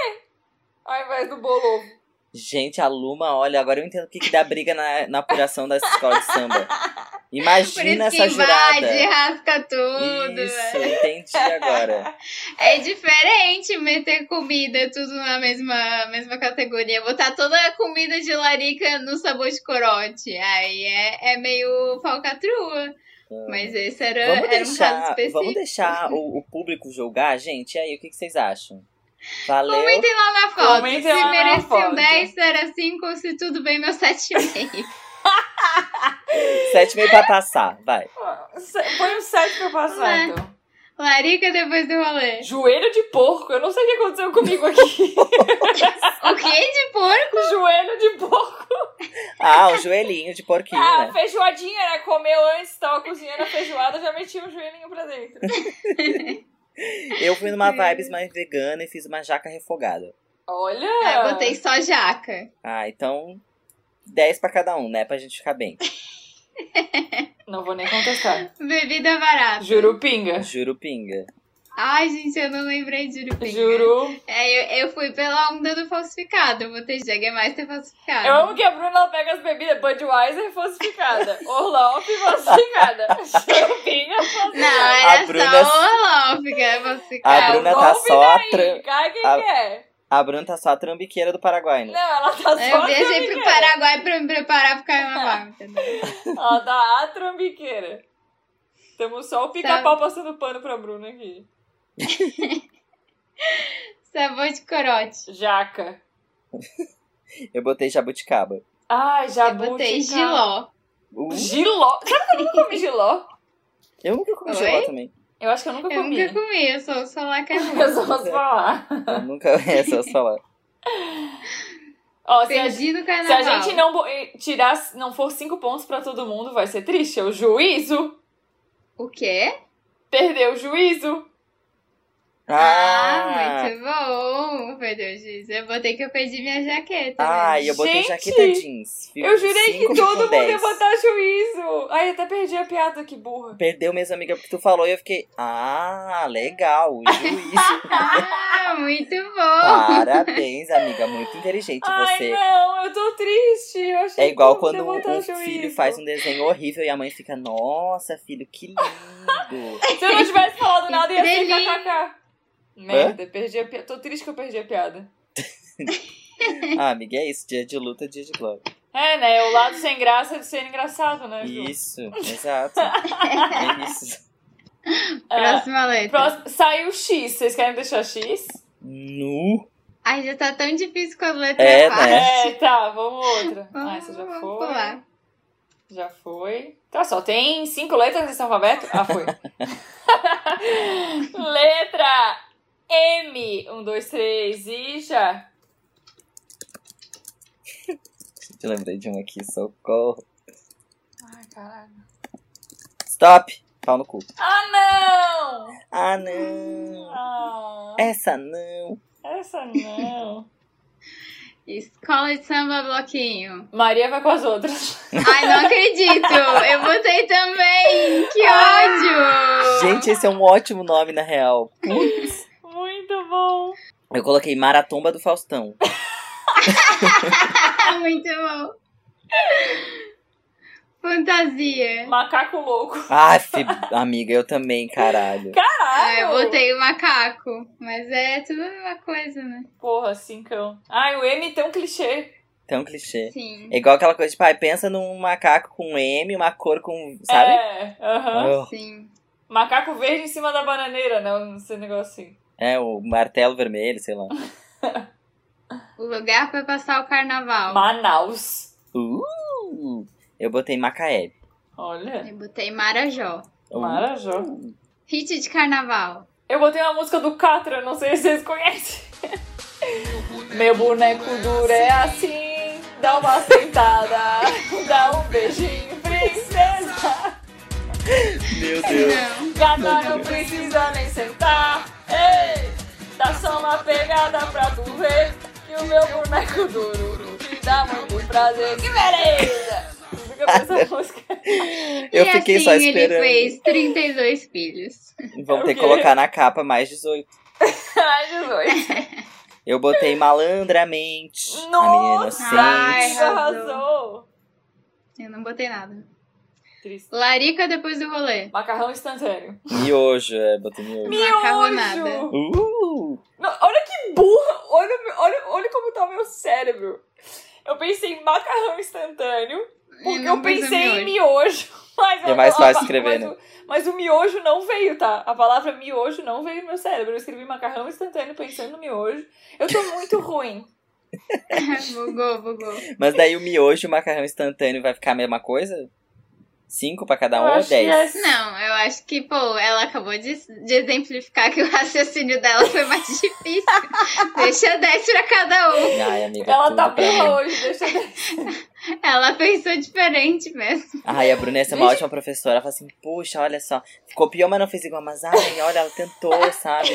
Ao invés do bolo ovo.
Gente, a Luma, olha, agora eu entendo o que, que dá briga na, na apuração dessa escola de samba.
Por
Imagina
isso que
essa jurada.
invade, rasca tudo.
Isso, entendi agora.
É diferente meter comida tudo na mesma, mesma categoria. Botar toda a comida de larica no sabor de corote. Aí é, é meio falcatrua. Mas esse era,
É. Vamos
era um caso
deixar,
específico.
vamos deixar o, o público julgar, gente? E aí, o que, que vocês acham? Valeu.
Comentem lá na foto.
Comentem
se
lá na
merecia
foto.
um 10, se era 5, ou se tudo bem, meu 7,5.
Sete meio pra passar, vai.
Se- Põe um 7 pra eu passar,
Né?
É.
então.
Larica depois do rolê.
Joelho de porco. Eu não sei o que aconteceu comigo aqui.
O que de porco?
Joelho de porco.
Ah, o joelhinho de porquinho,
Ah,
né?
feijoadinha, né? Comeu antes, tava cozinhando a feijoada, já meti um joelhinho pra dentro.
Eu fui numa vibes mais vegana e fiz uma jaca refogada.
Olha!
É.
Ah, botei só jaca.
Ah, então. dez pra cada um, né? Pra gente ficar bem.
Não vou nem contestar.
Bebida barata.
Jurupinga.
Jurupinga.
Ai, gente, eu não lembrei de jurupinga.
Juru.
É, eu, eu fui pela onda do falsificado. Eu botei Jägermeister é falsificado.
Eu amo que a Bruna ela pega as bebidas Budweiser falsificada, Orloff falsificada, Champinha
Não,
falsificada.
era
A Bruna-
só o Olófica falsificado.
A Bruna
é, o
tá
golpe
só
daí,
tran-
Cai quem
a-
quer.
A Bruna tá só a trambiqueira do Paraguai, né?
Não, ela tá só Ah.
Eu viajei pro
trambiqueira.
Paraguai pra me preparar pro carnaval, entendeu?
Ela tá a trambiqueira. Temos só o pica-pau
Tá.
passando pano pra Bruna aqui.
Sabor de corote.
Jaca.
Eu botei jabuticaba.
Ai,
Eu
jabuticaba.
botei giló.
Uh,
Giló? Sabe que eu nunca comi giló?
eu nunca comi
Oi?
giló também.
Eu acho que eu nunca
Eu
comi.
nunca comi, eu sou é só
Eu
lacanuda.
só posso falar.
Eu nunca é só falar.
Ó, se a
Perdi
Se
né,
no carnaval.
a gente não bo- eh, tirar, não for cinco pontos pra todo mundo, vai ser triste. É o juízo.
O quê?
Perdeu o juízo.
Ah,
Ah,
muito bom. Perdeu o giz. Eu botei que eu perdi minha jaqueta.
ah
né?
eu botei
Gente,
jaqueta jeans. Fico
Eu jurei que
cinco
todo
com
mundo ia
dez.
botar juízo. Ai, até perdi a piada, que burra.
Perdeu mesmo, amiga, porque tu falou e eu fiquei. Ah, legal, juiz.
Ah, muito bom.
Parabéns, amiga, muito inteligente
Ai,
você.
não, eu tô triste. Eu achei
É igual
que todo
quando
mundo ia botar
um
juízo.
filho faz um desenho horrível e a mãe fica, nossa, filho, que lindo.
Se eu não tivesse falado nada, ia ser
Estrelinha.
kkk. Merda, perdi a piada. Tô triste que eu perdi a piada.
ah, amiga, é isso, dia de luta, dia de glória.
É, né? O lado sem graça de ser engraçado, né, Ju?
Isso, exato. É isso.
Ah,
Próxima letra.
próximo- Saiu X. Vocês querem deixar X?
Nu.
Ai, já tá tão difícil com as letras
É, né?
fáceis.
É, tá, vamos outra. Ah,
Vamos,
essa já
vamos
foi.
pular.
Já foi. Tá, só tem cinco letras nesse alfabeto? Ah, foi. Letra M. Um, dois, três e já.
Eu lembrei de um aqui, socorro.
Ai, caralho.
Stop! Pau no cu.
Ah, não!
Ah, não.
Ah,
Essa não.
essa não.
Escola de samba bloquinho.
Maria vai com as outras.
Ai, não acredito. Eu botei também. Que ódio.
Ah! Gente, esse é um ótimo nome, na real.
Muito bom.
Eu coloquei Maratomba do Faustão.
Ah, muito bom. Fantasia.
Macaco louco.
Ai, fi- amiga, eu também, caralho.
Ah,
Caralho!
eu botei o macaco. Mas é tudo a mesma coisa, né?
Porra, cincão. Ai, o M é tão clichê.
Tão clichê.
Sim.
É igual aquela coisa de, pai, pensa num macaco com M, uma cor com, sabe?
É, aham.
Ah.
Oh,
Sim.
Macaco verde em cima da bananeira, né? Esse negócio assim.
é, o martelo vermelho, sei lá.
O lugar pra passar o carnaval.
Manaus.
Uh, eu botei Macaé.
Olha.
Eu botei Marajó.
Uh,
Marajó.
Hit de carnaval.
Eu botei uma música do Catra, não sei se vocês conhecem. Meu boneco duro é assim, dá uma sentada, dá um beijinho, princesa.
Meu Deus.
Não.
Gata não precisa é nem sentar, ei, dá só uma pegada pra tu ver que o meu boneco duro te dá muito prazer. Que beleza! Fica com essa música.
Eu
e
fiquei
assim
só
ele
esperando.
fez 32 filhos.
Vamos ter
O quê?
que colocar na capa mais 18.
Ai, 18.
Eu botei malandramente. A menina
Nossa!
inocente.
Ai,
Arrasou!
Eu não botei nada.
Triste.
Larica depois do rolê.
Macarrão instantâneo.
Miojo, é, botei miojo.
Macarronada.
Miojo!
Uh,
Não, olha que burra! Olha, o meu- olha, olha como tá o meu cérebro. Eu pensei em macarrão instantâneo, porque eu pensei em miojo. Mas
É
eu-
mais
a-
fácil
a-
escrever,
mas O, mas o miojo não veio, tá? A palavra miojo não veio no meu cérebro. Eu escrevi macarrão instantâneo pensando no miojo. Eu tô muito ruim.
bugou, bugou.
Mas daí o miojo e o macarrão instantâneo vai ficar a mesma coisa? Cinco pra cada
Eu
um ou
acho que
dez?
é-
Não, eu acho que, pô, ela acabou de, de exemplificar que o raciocínio dela foi mais difícil. Deixa 10 pra cada um.
Ai, amiga,
é. Ela
É tudo
tá
pra mim.
burra hoje, deixa eu
Ela pensou diferente mesmo.
Ai, a Bruna essa é uma ótima professora. Ela fala assim, puxa, olha só. Copiou, mas não fez igual. Mas, ai, olha, ela tentou, sabe?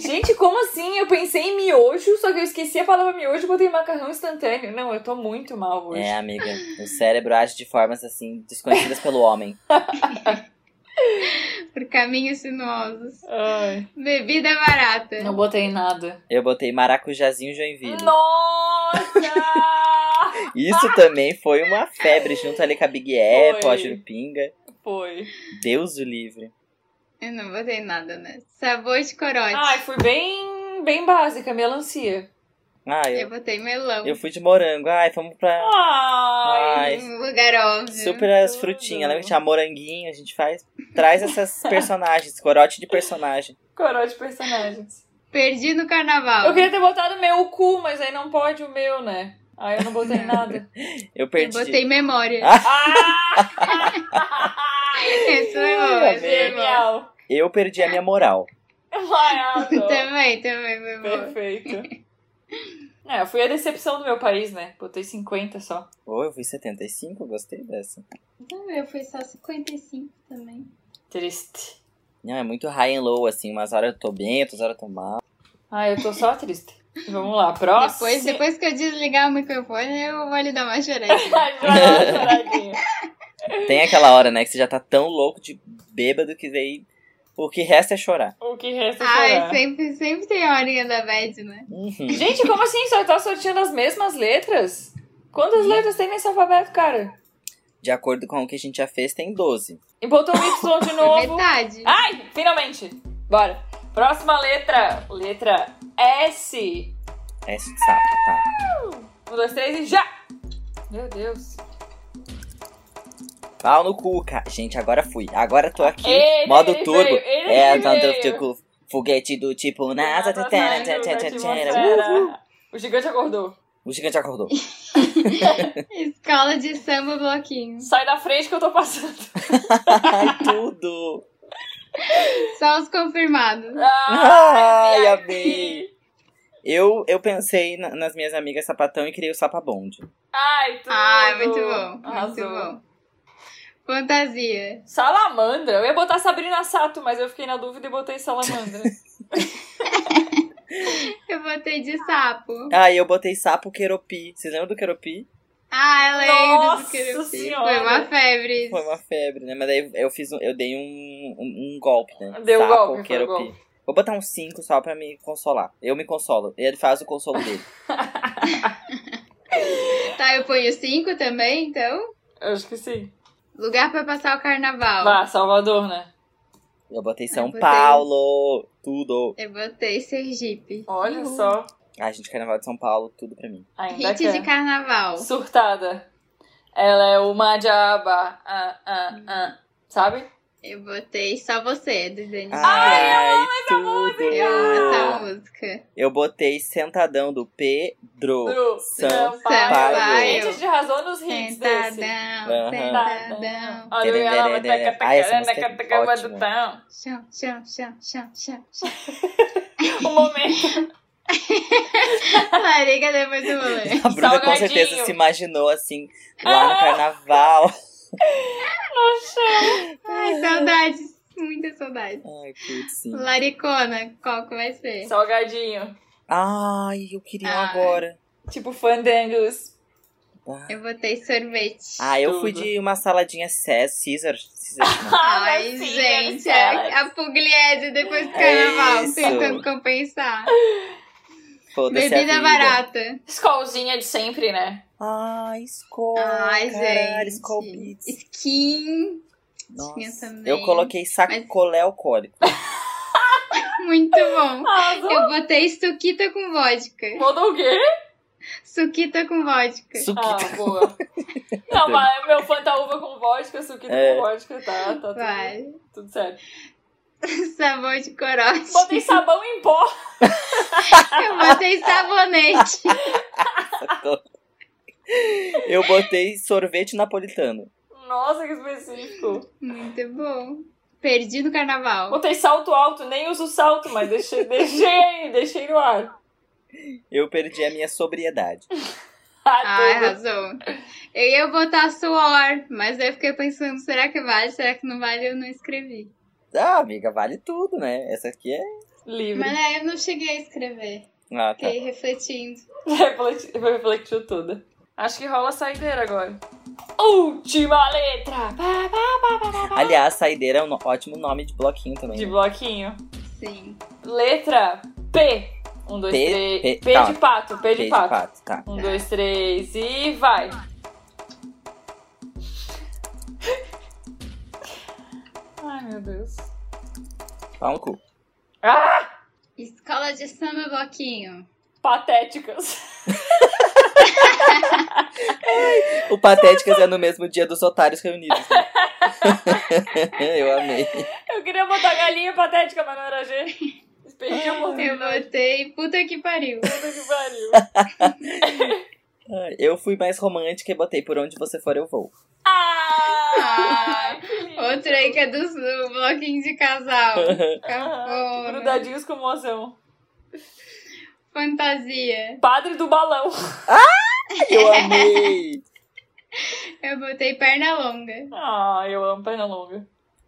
Gente, como assim? Eu pensei em miojo, só que eu esqueci a palavra miojo e botei macarrão instantâneo. Não, eu tô muito mal hoje.
É, amiga. O cérebro age de formas, assim, desconhecidas pelo homem.
Por caminhos sinuosos.
Ai,
Bebida barata.
não botei nada.
Eu botei maracujazinho Joinville.
Nossa!
Isso também foi uma febre, junto ali com a Big Apple,
Foi.
a Jurupinga.
Foi.
Deus o livre.
Eu não botei nada, né? Sabor de corote.
Ai, fui bem, bem básica, melancia.
Ah, eu,
eu botei melão.
eu fui de morango. Ai, fomos pra...
Ai!
Ai,
Um lugar óbvio.
super as
tudo.
frutinhas. Lembra que tinha moranguinho, a gente faz... Traz essas personagens, corote de personagem.
Coró de personagens.
Perdi no carnaval.
Eu queria ter botado meu cu, mas aí não pode o meu, né? Aí eu não botei nada.
Eu
Eu
perdi.
botei memória.
Ah,
Ah!
Isso foi bom,
É
essa foi boa.
Genial.
Eu perdi a minha moral.
Ai, adoro.
Também, também foi bom.
Perfeito. É, eu fui a decepção do meu país, né? Botei 50 só.
Ou eu fui 75, gostei dessa.
Então, Eu fui só 55 também.
Triste.
Não, é muito high and low, assim. Umas horas eu tô bem, outras horas eu tô mal.
Ai, eu tô só triste. Vamos lá, próximo.
Depois, depois que eu desligar o microfone, eu vou lhe dar uma choradinha.
Ai, vai lá, choradinha.
Tem aquela hora, né, que você já tá tão louco de bêbado que daí o que resta é chorar.
o que resta é
Ai,
chorar.
sempre, sempre tem a horinha da bad, né?
Uhum.
Gente, como assim? Só tá sorteando as mesmas letras? Quantas letras tem nesse alfabeto, cara?
De acordo com o que a gente já fez, tem 12.
E botou o Y de
É
novo.
Metade.
Ai, finalmente. Bora. Próxima letra. Letra S.
É isso de sapo, tá?
Um, dois, três e já. Meu Deus.
Pau no cu, cara. Gente, agora fui. Agora tô aqui.
Ele
modo
veio,
turbo.
ele
é,
veio.
tanto o foguete do tipo NASA.
Nossa,
tatana,
saindo da
tatana, tatana.
atmosfera. O gigante acordou.
O gigante acordou.
Escola de samba bloquinho.
Sai da frente que eu tô passando.
Ai, tudo.
Só os confirmados.
Ai,
Ai,
amei. Eu, eu pensei na- nas minhas amigas sapatão e criei o sapabonde.
Ai, tudo.
Ai, muito bom.
Arrasou.
Muito bom. Fantasia.
Salamandra. Eu ia botar Sabrina Sato, mas eu fiquei na dúvida e botei Salamandra.
Eu botei de sapo.
Ah, e eu botei sapo queropi. Vocês lembram do queropi?
Ah, ela é do
Nossa
Queropi.
Senhora.
Foi uma febre. isso.
Foi uma febre, né? Mas daí eu fiz um- eu dei um, um, um golpe, né?
Deu um
Sapo,
golpe, foi
queropi.
um golpe.
Vou botar um 5 só pra me consolar. Eu me consolo. Ele faz o consolo dele.
Tá, eu ponho cinco também, então.
Eu acho que sim.
Lugar pra passar o carnaval.
Vá, Salvador, né?
Eu botei São
botei.
Paulo, tudo.
Eu botei Sergipe.
Olha só.
Ai, gente, carnaval de São Paulo, tudo pra mim.
Ainda
Hit de
quer.
carnaval.
Surtada. Ela é uma diaba. Ah, ah,
Hum.
ah. Sabe?
Eu botei só você, do Denis.
Ah, Ai, tudo.
eu
Ah!
amo essa música.
Eu botei sentadão do Pedro.
Bru,
São
Gente, a
Sampaio.
gente arrasou nos hits desse.
Sentadão,
Aham.
sentadão.
Olha o ela, teca, teca,
Ah, essa música é
teca, teca,
ótima.
batutão.
Chão, chão, chão, chão, chão.
Um momento.
Lariga depois do rolê.
A Bruna com
Salgadinho.
certeza se imaginou assim, lá
Ah!
no carnaval.
Ai, saudades. Muita saudade.
Ai, putz, sim.
Laricona, qual que vai ser?
Salgadinho.
Ai, eu queria um
Ai.
agora.
Tipo fandangos.
Eu botei sorvete.
Ah, eu fui
Tudo.
de uma saladinha César. Caesar, Caesar não.
Ai,
sim,
gente, é
Marcela.
a, a Pugliese depois do carnaval,
É isso.
tentando compensar.
Foda-se a
Bebida
vida.
barata.
Escolzinha de sempre, né?
Ai, Skol.
Ai,
caralho,
gente.
Skol Beats.
Skin. Tinha
Nossa.
também.
Eu coloquei sacolé alcoólico.
Muito bom.
Arrasou.
Eu botei suquita com vodka.
Mudou o quê?
Suquita com vodka.
Ah,
Suquita.
boa. Não, é mas meu fanta uva com tá vodka, suquita
É.
com vodka, tá, tá tudo,
Vai.
tudo certo.
Sabor de corote.
Botei sabão em pó.
Eu botei sabonete.
Eu botei sorvete napolitano.
Nossa, que específico.
Muito bom. Perdi no carnaval.
Botei salto alto, nem uso salto, mas deixei, deixei, deixei no ar.
Eu perdi a minha sobriedade.
Ah,
Ah,
tudo.
arrasou. Eu ia botar suor, mas daí eu fiquei pensando, será que vale? Será que não vale? Eu não escrevi.
Ah, amiga, vale tudo, né? Essa aqui é.
Livre.
Mas aí eu não cheguei a escrever.
Ah, tá.
Fiquei refletindo.
Refleti- Refletiu tudo. Acho que rola a saideira agora. Última letra! Pá, pá,
Aliás, saideira é um ótimo nome de bloquinho também.
De
né?
bloquinho.
Sim.
Letra P. Um, dois,
P,
três.
P,
P,
tá.
de pato, P de
P
pato.
tá.
Um, dois, três e vai. Ai, meu Deus.
Pau no cu.
Ah!
Escola de samba bloquinho.
Patéticas.
O Patéticas é no mesmo dia dos otários reunidos. né? Eu amei.
Eu queria botar galinha patética, mas não era G. Perdi a
Eu
oportunidade.
botei puta que pariu.
Puta que pariu.
Ai, Eu fui mais romântica e botei por onde você for eu vou.
Ah!
Ah,
que lindo.
Outra aí que é do, do bloquinho de casal.
Ah,
Cafona.
Grudadinhos com mozão.
Fantasia.
Padre do balão.
Eu amei!
Eu botei perna longa.
Ah, eu amo perna longa.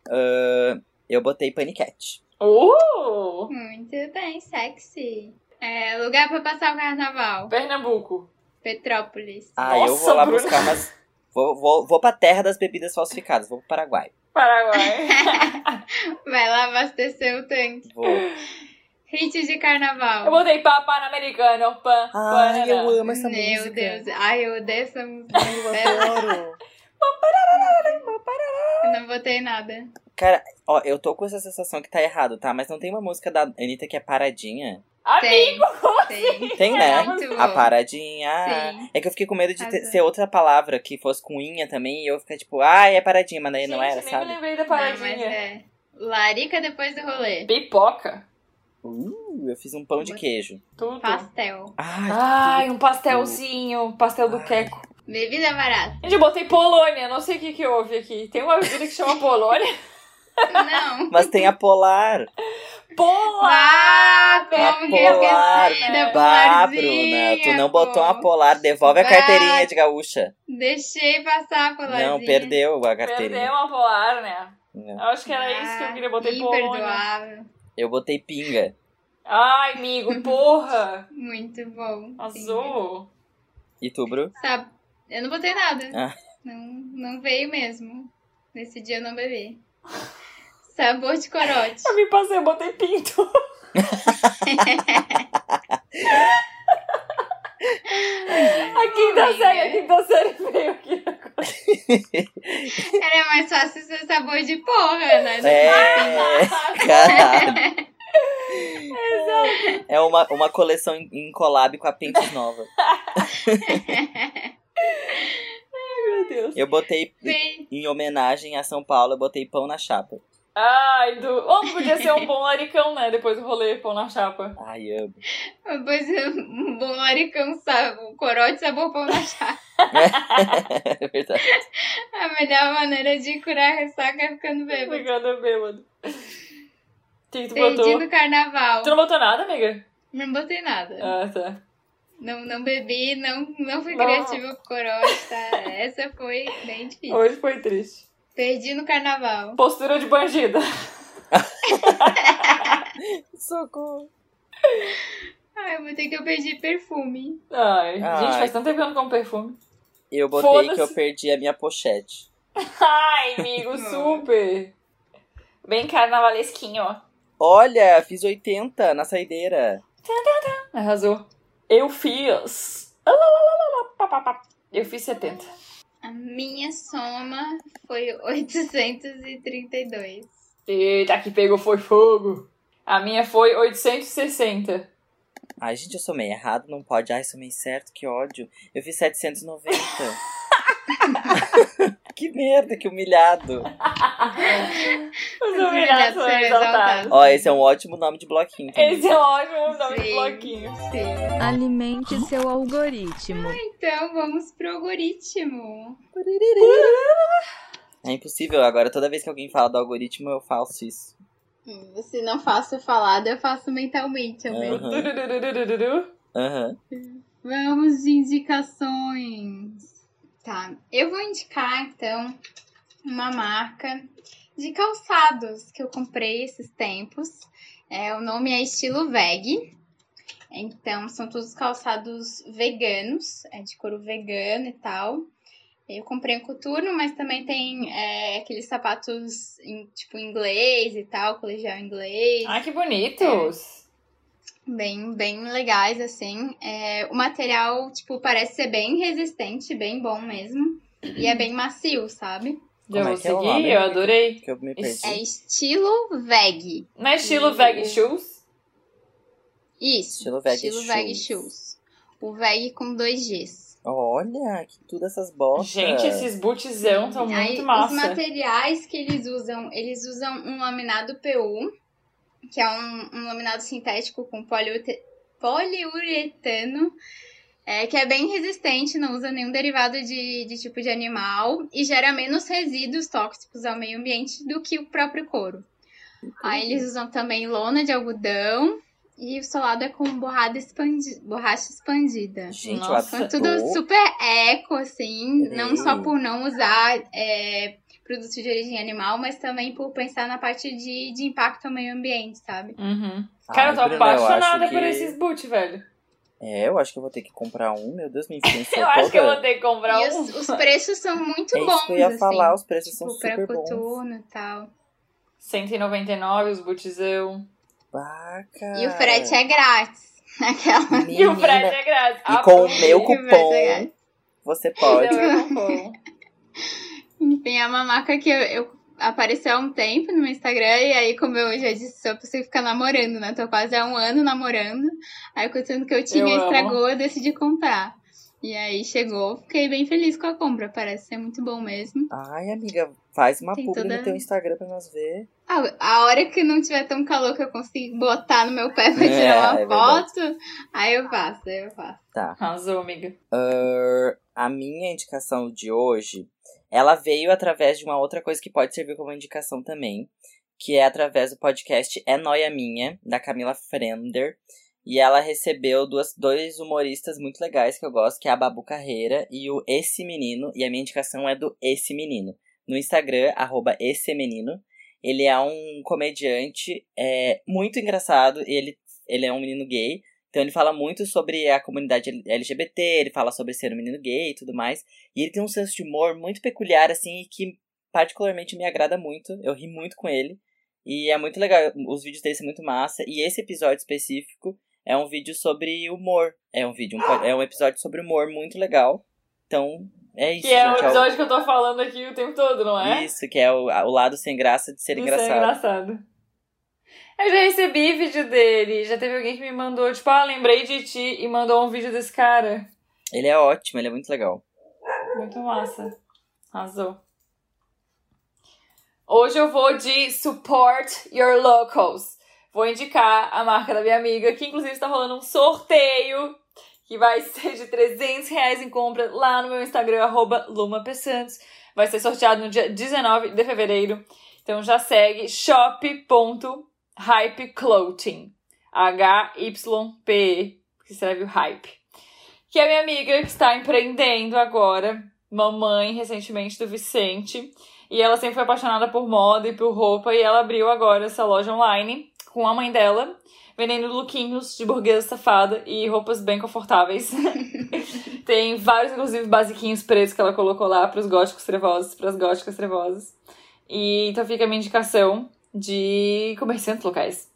Ah, eu botei paniquete.
Uh!
Muito bem, sexy. É, lugar pra passar o carnaval.
Pernambuco.
Petrópolis.
Ah, eu
Nossa,
vou lá
Bruna.
buscar umas. Vou, vou, vou pra terra das bebidas falsificadas, vou pro Paraguai.
Paraguai.
Vai lá abastecer o tanque.
Vou.
Hit de
eu
carnaval.
botei pá pan-americano. Pan,
Ai, eu
pan,
amo essa música.
Meu Deus. Ai, eu odeio essa música.
Eu adoro.
Eu não botei nada.
Cara, ó, eu tô com essa sensação que tá errado, tá? Mas não tem uma música da Anitta que é paradinha?
Amigo! assim, é
Tem. Tem.
Tem, né?
Muito bom.
A paradinha.
Sim.
É que eu fiquei com medo de ter-
Arrasou.
ser outra palavra que fosse com inha também e eu ficar tipo, ah, é paradinha, mas daí
Gente,
não é. era,
nem me
sabe?
lembrei da
Não, mas
paradinha.
é. Larica depois do rolê.
Pipoca.
Uh, eu fiz um pão de queijo.
Tudo.
Pastel.
Ai,
Ai, um pastelzinho. Um pastel do queco.
Bebida barata.
Gente, eu botei Polônia. Não sei o que que houve aqui. Tem uma bebida que chama Polônia.
Não.
mas tem a polar.
Polar!
Ah,
velho.
como
A
que eu
polar.
esqueci da
Bah,
polarzinha,
Bruna, tu não
pô.
botou a polar. Devolve a
Bah.
carteirinha de gaúcha.
Deixei passar a polarzinha.
Não, perdeu a carteirinha.
Perdeu a Polar, né?
Não.
Eu acho que era isso que
Ah,
eu queria. Botei Polônia.
Ah, Imperdoável.
Eu botei pinga.
Ai, amigo, porra!
Muito bom.
Azul.
E tu, Bru?
Sabe, eu não botei nada.
Ah.
Não, não veio mesmo. Nesse dia eu não bebi. Sabor de corote.
Eu me passei, eu botei pinto. a quinta
Amiga.
série, a quinta série veio aqui.
Era é mais fácil ser sabor de porra, né?
É, caralho. É uma, uma coleção em, em collab com a Pentes Nova.
Meu Deus.
Eu botei,
Bem,
em homenagem a São Paulo, eu botei pão na chapa.
Ai, do. Ou podia ser um bom laricão, né? Depois do rolê, pão na chapa.
Ai, amo.
Depois um bom laricão, sabor, corote, sabor pão na chapa.
É verdade.
A melhor maneira de curar a ressaca é ficando bêbado.
Obrigada, bêbado. O que, que tu
Perdi
botou?
no carnaval.
Tu não botou nada, amiga?
Não botei nada.
Ah, tá.
Não, não bebi, não, não fui
Não.
criativa com corote, tá? Essa foi bem difícil.
Hoje foi triste.
Perdi no carnaval.
Postura de bandida.
Socorro.
Ai, eu botei que eu perdi perfume.
Ai,
Ai.
gente, faz tanto tempo que eu não como perfume.
Eu botei que eu
Foda-se.
perdi a minha pochete.
Ai, amigo, super. Bem carnavalesquinho, ó.
Olha, fiz 80 na saideira.
Arrasou. Eu fiz. Ah, lá, lá, lá, lá, pá, pá, pá. Eu fiz 70.
A minha soma foi 832.
Eita, que pegou foi fogo. A minha foi 860.
Ai, gente, eu somei errado, não pode. Ai, somei certo, que ódio. Eu fiz 790. que merda, que humilhado.
Os iluminados foram exaltados.
Ó, esse é um ótimo nome de bloquinho. também.
Esse é um ótimo nome de
Sim.
bloquinho.
Sim.
Alimente seu algoritmo.
Então vamos pro algoritmo.
É impossível agora, toda vez que alguém fala do algoritmo, eu faço isso.
Hum, Se não faço falado, eu faço mentalmente. é Amém.
Aham.
Tururururururu.
Aham.
Vamos de indicações. Tá, eu vou indicar então uma marca de calçados que eu comprei esses tempos. É, o nome é Estilo Veg. Então, são todos calçados veganos, é de couro vegano e tal. Eu comprei um coturno, mas também tem é, aqueles sapatos em, tipo inglês e tal, colegial inglês
Ai, Ah, que
É.
bonitos.
bem, bem legais, assim. É, o material, tipo, parece ser bem resistente, bem bom mesmo. E é bem macio, sabe?
Já
Como
vou
é que é o
seguir,
nome?
eu adorei.
Que eu me perdi.
É estilo veg.
Não é estilo
Sim.
Veg Shoes?
Isso.
Estilo veg
estilo
shoes.
veg shoes. O veg com dois Gs.
Olha, que tudo essas botas.
Gente, esses bootzão estão
Aí,
muito
Os
massa.
materiais que eles usam, eles usam um laminado PU, que é um, um laminado sintético com poliurete- poliuretano, é, que é bem resistente, não usa nenhum derivado de, de tipo de animal e gera menos resíduos tóxicos ao meio ambiente do que o próprio couro. Aí eles usam também lona de algodão e o solado é com borrada expandi- borracha expandida.
Gente,
Nossa,
eu
Então,
adoro.
tudo super eco, assim, não
Sim.
só por não usar é, produtos de origem animal, mas também por pensar na parte de, de impacto ao meio ambiente, sabe?
Uhum.
Ai,
Cara, eu tô
Bruna, Ah, acho
apaixonada por
que-
esses boot, velho.
É, eu acho que eu vou ter que comprar um. Meu Deus, me influenciou
Eu acho que eu
toda.
vou ter que comprar
E
um.
os, os preços são muito
É
bons,
isso que eu ia
assim.
falar, os preços são
tipo, pra
super bons.
coturno e tal.
199 os bootzão.
Baca.
E o frete é grátis. Aquela.
E o frete é grátis.
E com o meu
E o frete é
cupom,
grátis.
você pode.
então
Enfim, é uma marca que eu, eu- apareceu há um tempo no meu Instagram, e aí, como eu já disse, sou a pessoa que fica namorando, né? Tô quase há um ano namorando. Aí o coturno que eu tinha
Eu amo.
estragou, eu decidi comprar. E aí chegou, fiquei bem feliz com a compra, parece ser muito bom mesmo.
Ai, amiga, faz uma
Tem
publi
toda-
no teu Instagram pra nós ver.
A, Ah, a hora que não tiver tão calor que eu consigo botar no meu pé pra
É,
tirar uma
é verdade.
foto, aí eu faço, aí eu faço.
Arrasou, amiga.
Ahn, a minha indicação de hoje, ela veio através de uma outra coisa que pode servir como indicação também, que é através do podcast É Noia Minha, da Camila Frender. E ela recebeu duas, dois humoristas muito legais que eu gosto, que é a Babu Carreira e o Esse Menino. E a minha indicação é do Esse Menino. No Instagram, arroba Esse Menino. Ele é um comediante é, muito engraçado. e Ele, ele é um menino gay. Então ele fala muito sobre a comunidade LGBT, ele fala sobre ser um menino gay e tudo mais. E ele tem um senso de humor muito peculiar, assim, e que particularmente me agrada muito. Eu ri muito com ele. E é muito legal, os vídeos dele são muito massa. E esse episódio específico é um vídeo sobre humor. É um vídeo, um po- é um episódio sobre humor muito legal. Então, é isso,
Que é o
gente. é o-
episódio que eu tô falando aqui o tempo todo, não é?
Isso, que é o, a- o lado sem graça de ser
Isso
engraçado.
é engraçado. Eu já recebi vídeo dele. Já teve alguém que me mandou, tipo, ah, lembrei de ti e mandou um vídeo desse cara.
Ele é ótimo, ele é muito legal.
Muito massa. Arrasou. Hoje eu vou de Support Your Locals. Vou indicar a marca da minha amiga, que inclusive está rolando um sorteio que vai ser de 300 reais em compra lá no meu Instagram, arroba LumaPessantes. Vai ser sorteado no dia 19 de fevereiro. Então já segue shop.hypeclothing. H-Y-P, que escreve o hype. Que é minha amiga que está empreendendo agora, mamãe recentemente do Vicente. E ela sempre foi apaixonada por moda e por roupa. E ela abriu agora essa loja online com a mãe dela, vendendo lookinhos de burguesa safada e roupas bem confortáveis. Tem vários, inclusive, basiquinhos pretos que ela colocou lá para os góticos trevosos, para as góticas trevosas. E então fica a minha indicação de comerciantes locais.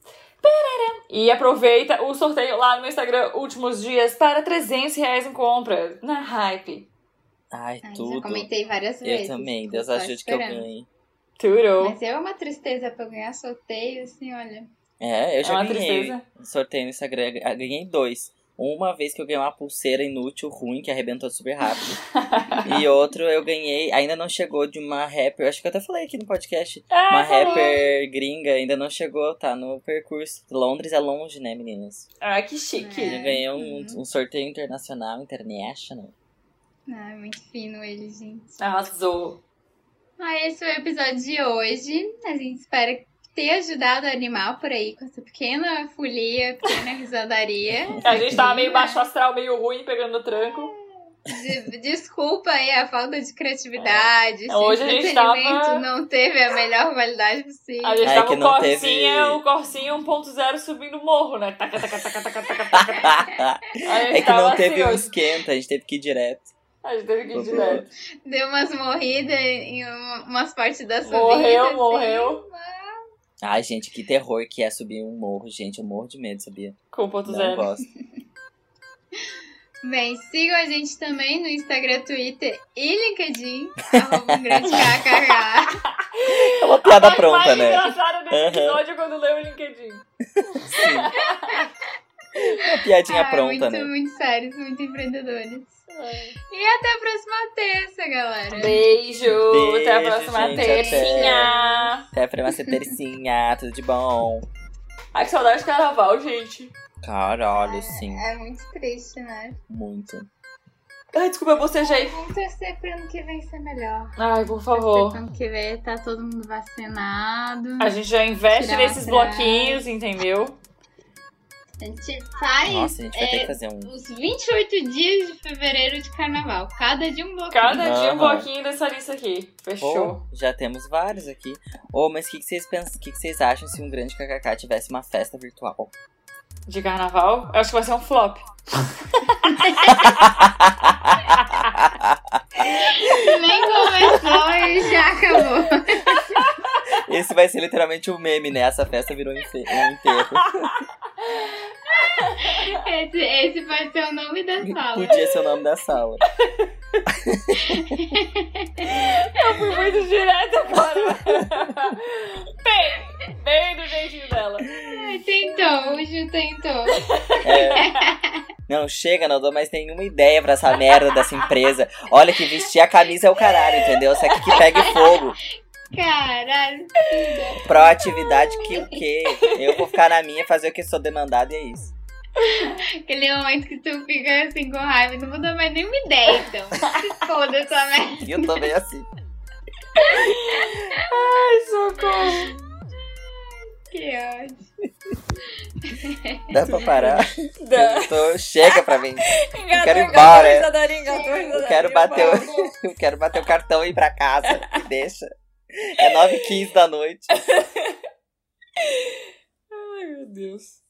E aproveita o sorteio lá no meu Instagram, últimos dias, para 300 reais em compra. Na hype.
Ai,
Ai, já
tudo.
comentei várias
Eu
vezes.
também,
tipo,
Deus
tô
ajude que eu
esperando.
ganhe.
Tudo.
Mas é uma tristeza pra eu ganhar sorteio, assim, olha.
É, eu
É
já
uma
ganhei
tristeza.
sorteio no Instagram, ah, ganhei dois. Uma vez que eu ganhei uma pulseira inútil, ruim, que arrebentou super rápido. E outro eu ganhei, ainda não chegou de uma rapper, acho que eu até falei aqui no podcast.
Ah,
Uma
falou.
rapper gringa ainda não chegou, tá no percurso. Londres é longe, né, meninas?
Ah, que chique.
É,
Eu ganhei um,
uhum.
um sorteio internacional, international.
Ah, é muito fino ele, gente.
Arrasou.
Ah, esse foi o episódio de hoje. A gente espera ter ajudado a animar por aí com essa pequena folia, pequena risadaria.
A gente tava meio baixo astral, meio ruim, pegando no tranco.
De- desculpa aí a falta de criatividade. se
É, Hoje
o
a gente
entretenimento
tava-
não teve a melhor qualidade possível.
A gente
É,
tava
que
o
não
Corsinha,
teve-
o Corsinha 1.0 subindo o morro, né? Taca, taca, taca, taca, taca, taca.
Ah,
A gente
é que
tava
não teve
assim
um
hoje.
esquenta, a gente teve que ir direto.
A gente teve que ir direto.
Deu umas morridas em um- umas partes da sua assim.
Morreu, morreu.
Ai, gente, que terror que é subir um morro, gente. Eu morro de medo, sabia?
Com
Não
1.0.
gosto.
Bem, sigam a gente também no Instagram, Twitter e LinkedIn. arroba um grande kkk.
É uma piada pronta,
mais
né?
engraçado desse episódio é quando leu o LinkedIn.
Uma piadinha
Ah,
pronta,
muito,
né?
muito sérios, muito empreendedores. E até a próxima terça, galera.
Beijo, até a
Beijo,
próxima
gente, até.
tercinha.
Até É pra ser tercinha, ah, tudo de bom.
Ai, que saudade de carnaval, gente.
Caralho, sim,
É muito triste, né?
muito.
Ai, desculpa, eu bocejei.
Vamos torcer pra ano que vem ser melhor.
Ai, por
Torcer
favor.
pra ano que vem tá todo mundo vacinado.
A gente já investe
Tirar uma
nesses
grana.
bloquinhos, entendeu?
A gente faz
Nossa, a gente vai ter
é,
que fazer um.
os 28 dias de fevereiro de carnaval. Cada de um bloco.
Cada dia um
Aham.
bloquinho dessa lista aqui. Fechou.
Pô, já temos vários aqui. Ô, mas o que, que vocês pensam? O que, que vocês acham se um grande KKK tivesse uma festa virtual?
De carnaval, eu acho que vai ser um flop.
Nem começou e já acabou.
Esse vai ser literalmente um meme, né? Essa festa virou um enfe- um enterro.
Esse, esse vai ser o nome da sala.
Podia ser o nome da sala.
Eu fui muito direta agora. bem, bem do jeitinho dela.
Ai, Tentou, o Ju tentou.
Não, chega, não dou mais nenhuma ideia pra essa merda dessa empresa. Olha que vestir a camisa é o caralho, entendeu? Isso aqui que pega fogo.
Caralho.
Proatividade que o quê? Eu vou ficar na minha, fazer o que sou demandado e é isso.
Aquele momento que tu fica assim com raiva. Não vou dar mais nenhuma ideia, então. Se foda essa merda.
E eu tô meio assim.
Ai, socorro.
Que ódio.
Dá pra parar?
Dá.
Eu tô- chega pra mim.
Engatou,
quero ir
engatou,
embora. é.
risadarinha, engatou,
Eu
risadarinha,
quero bater
bora.
o, eu quero bater o cartão e ir pra casa. Me deixa. É 9h15 da noite.
Ai, meu Deus.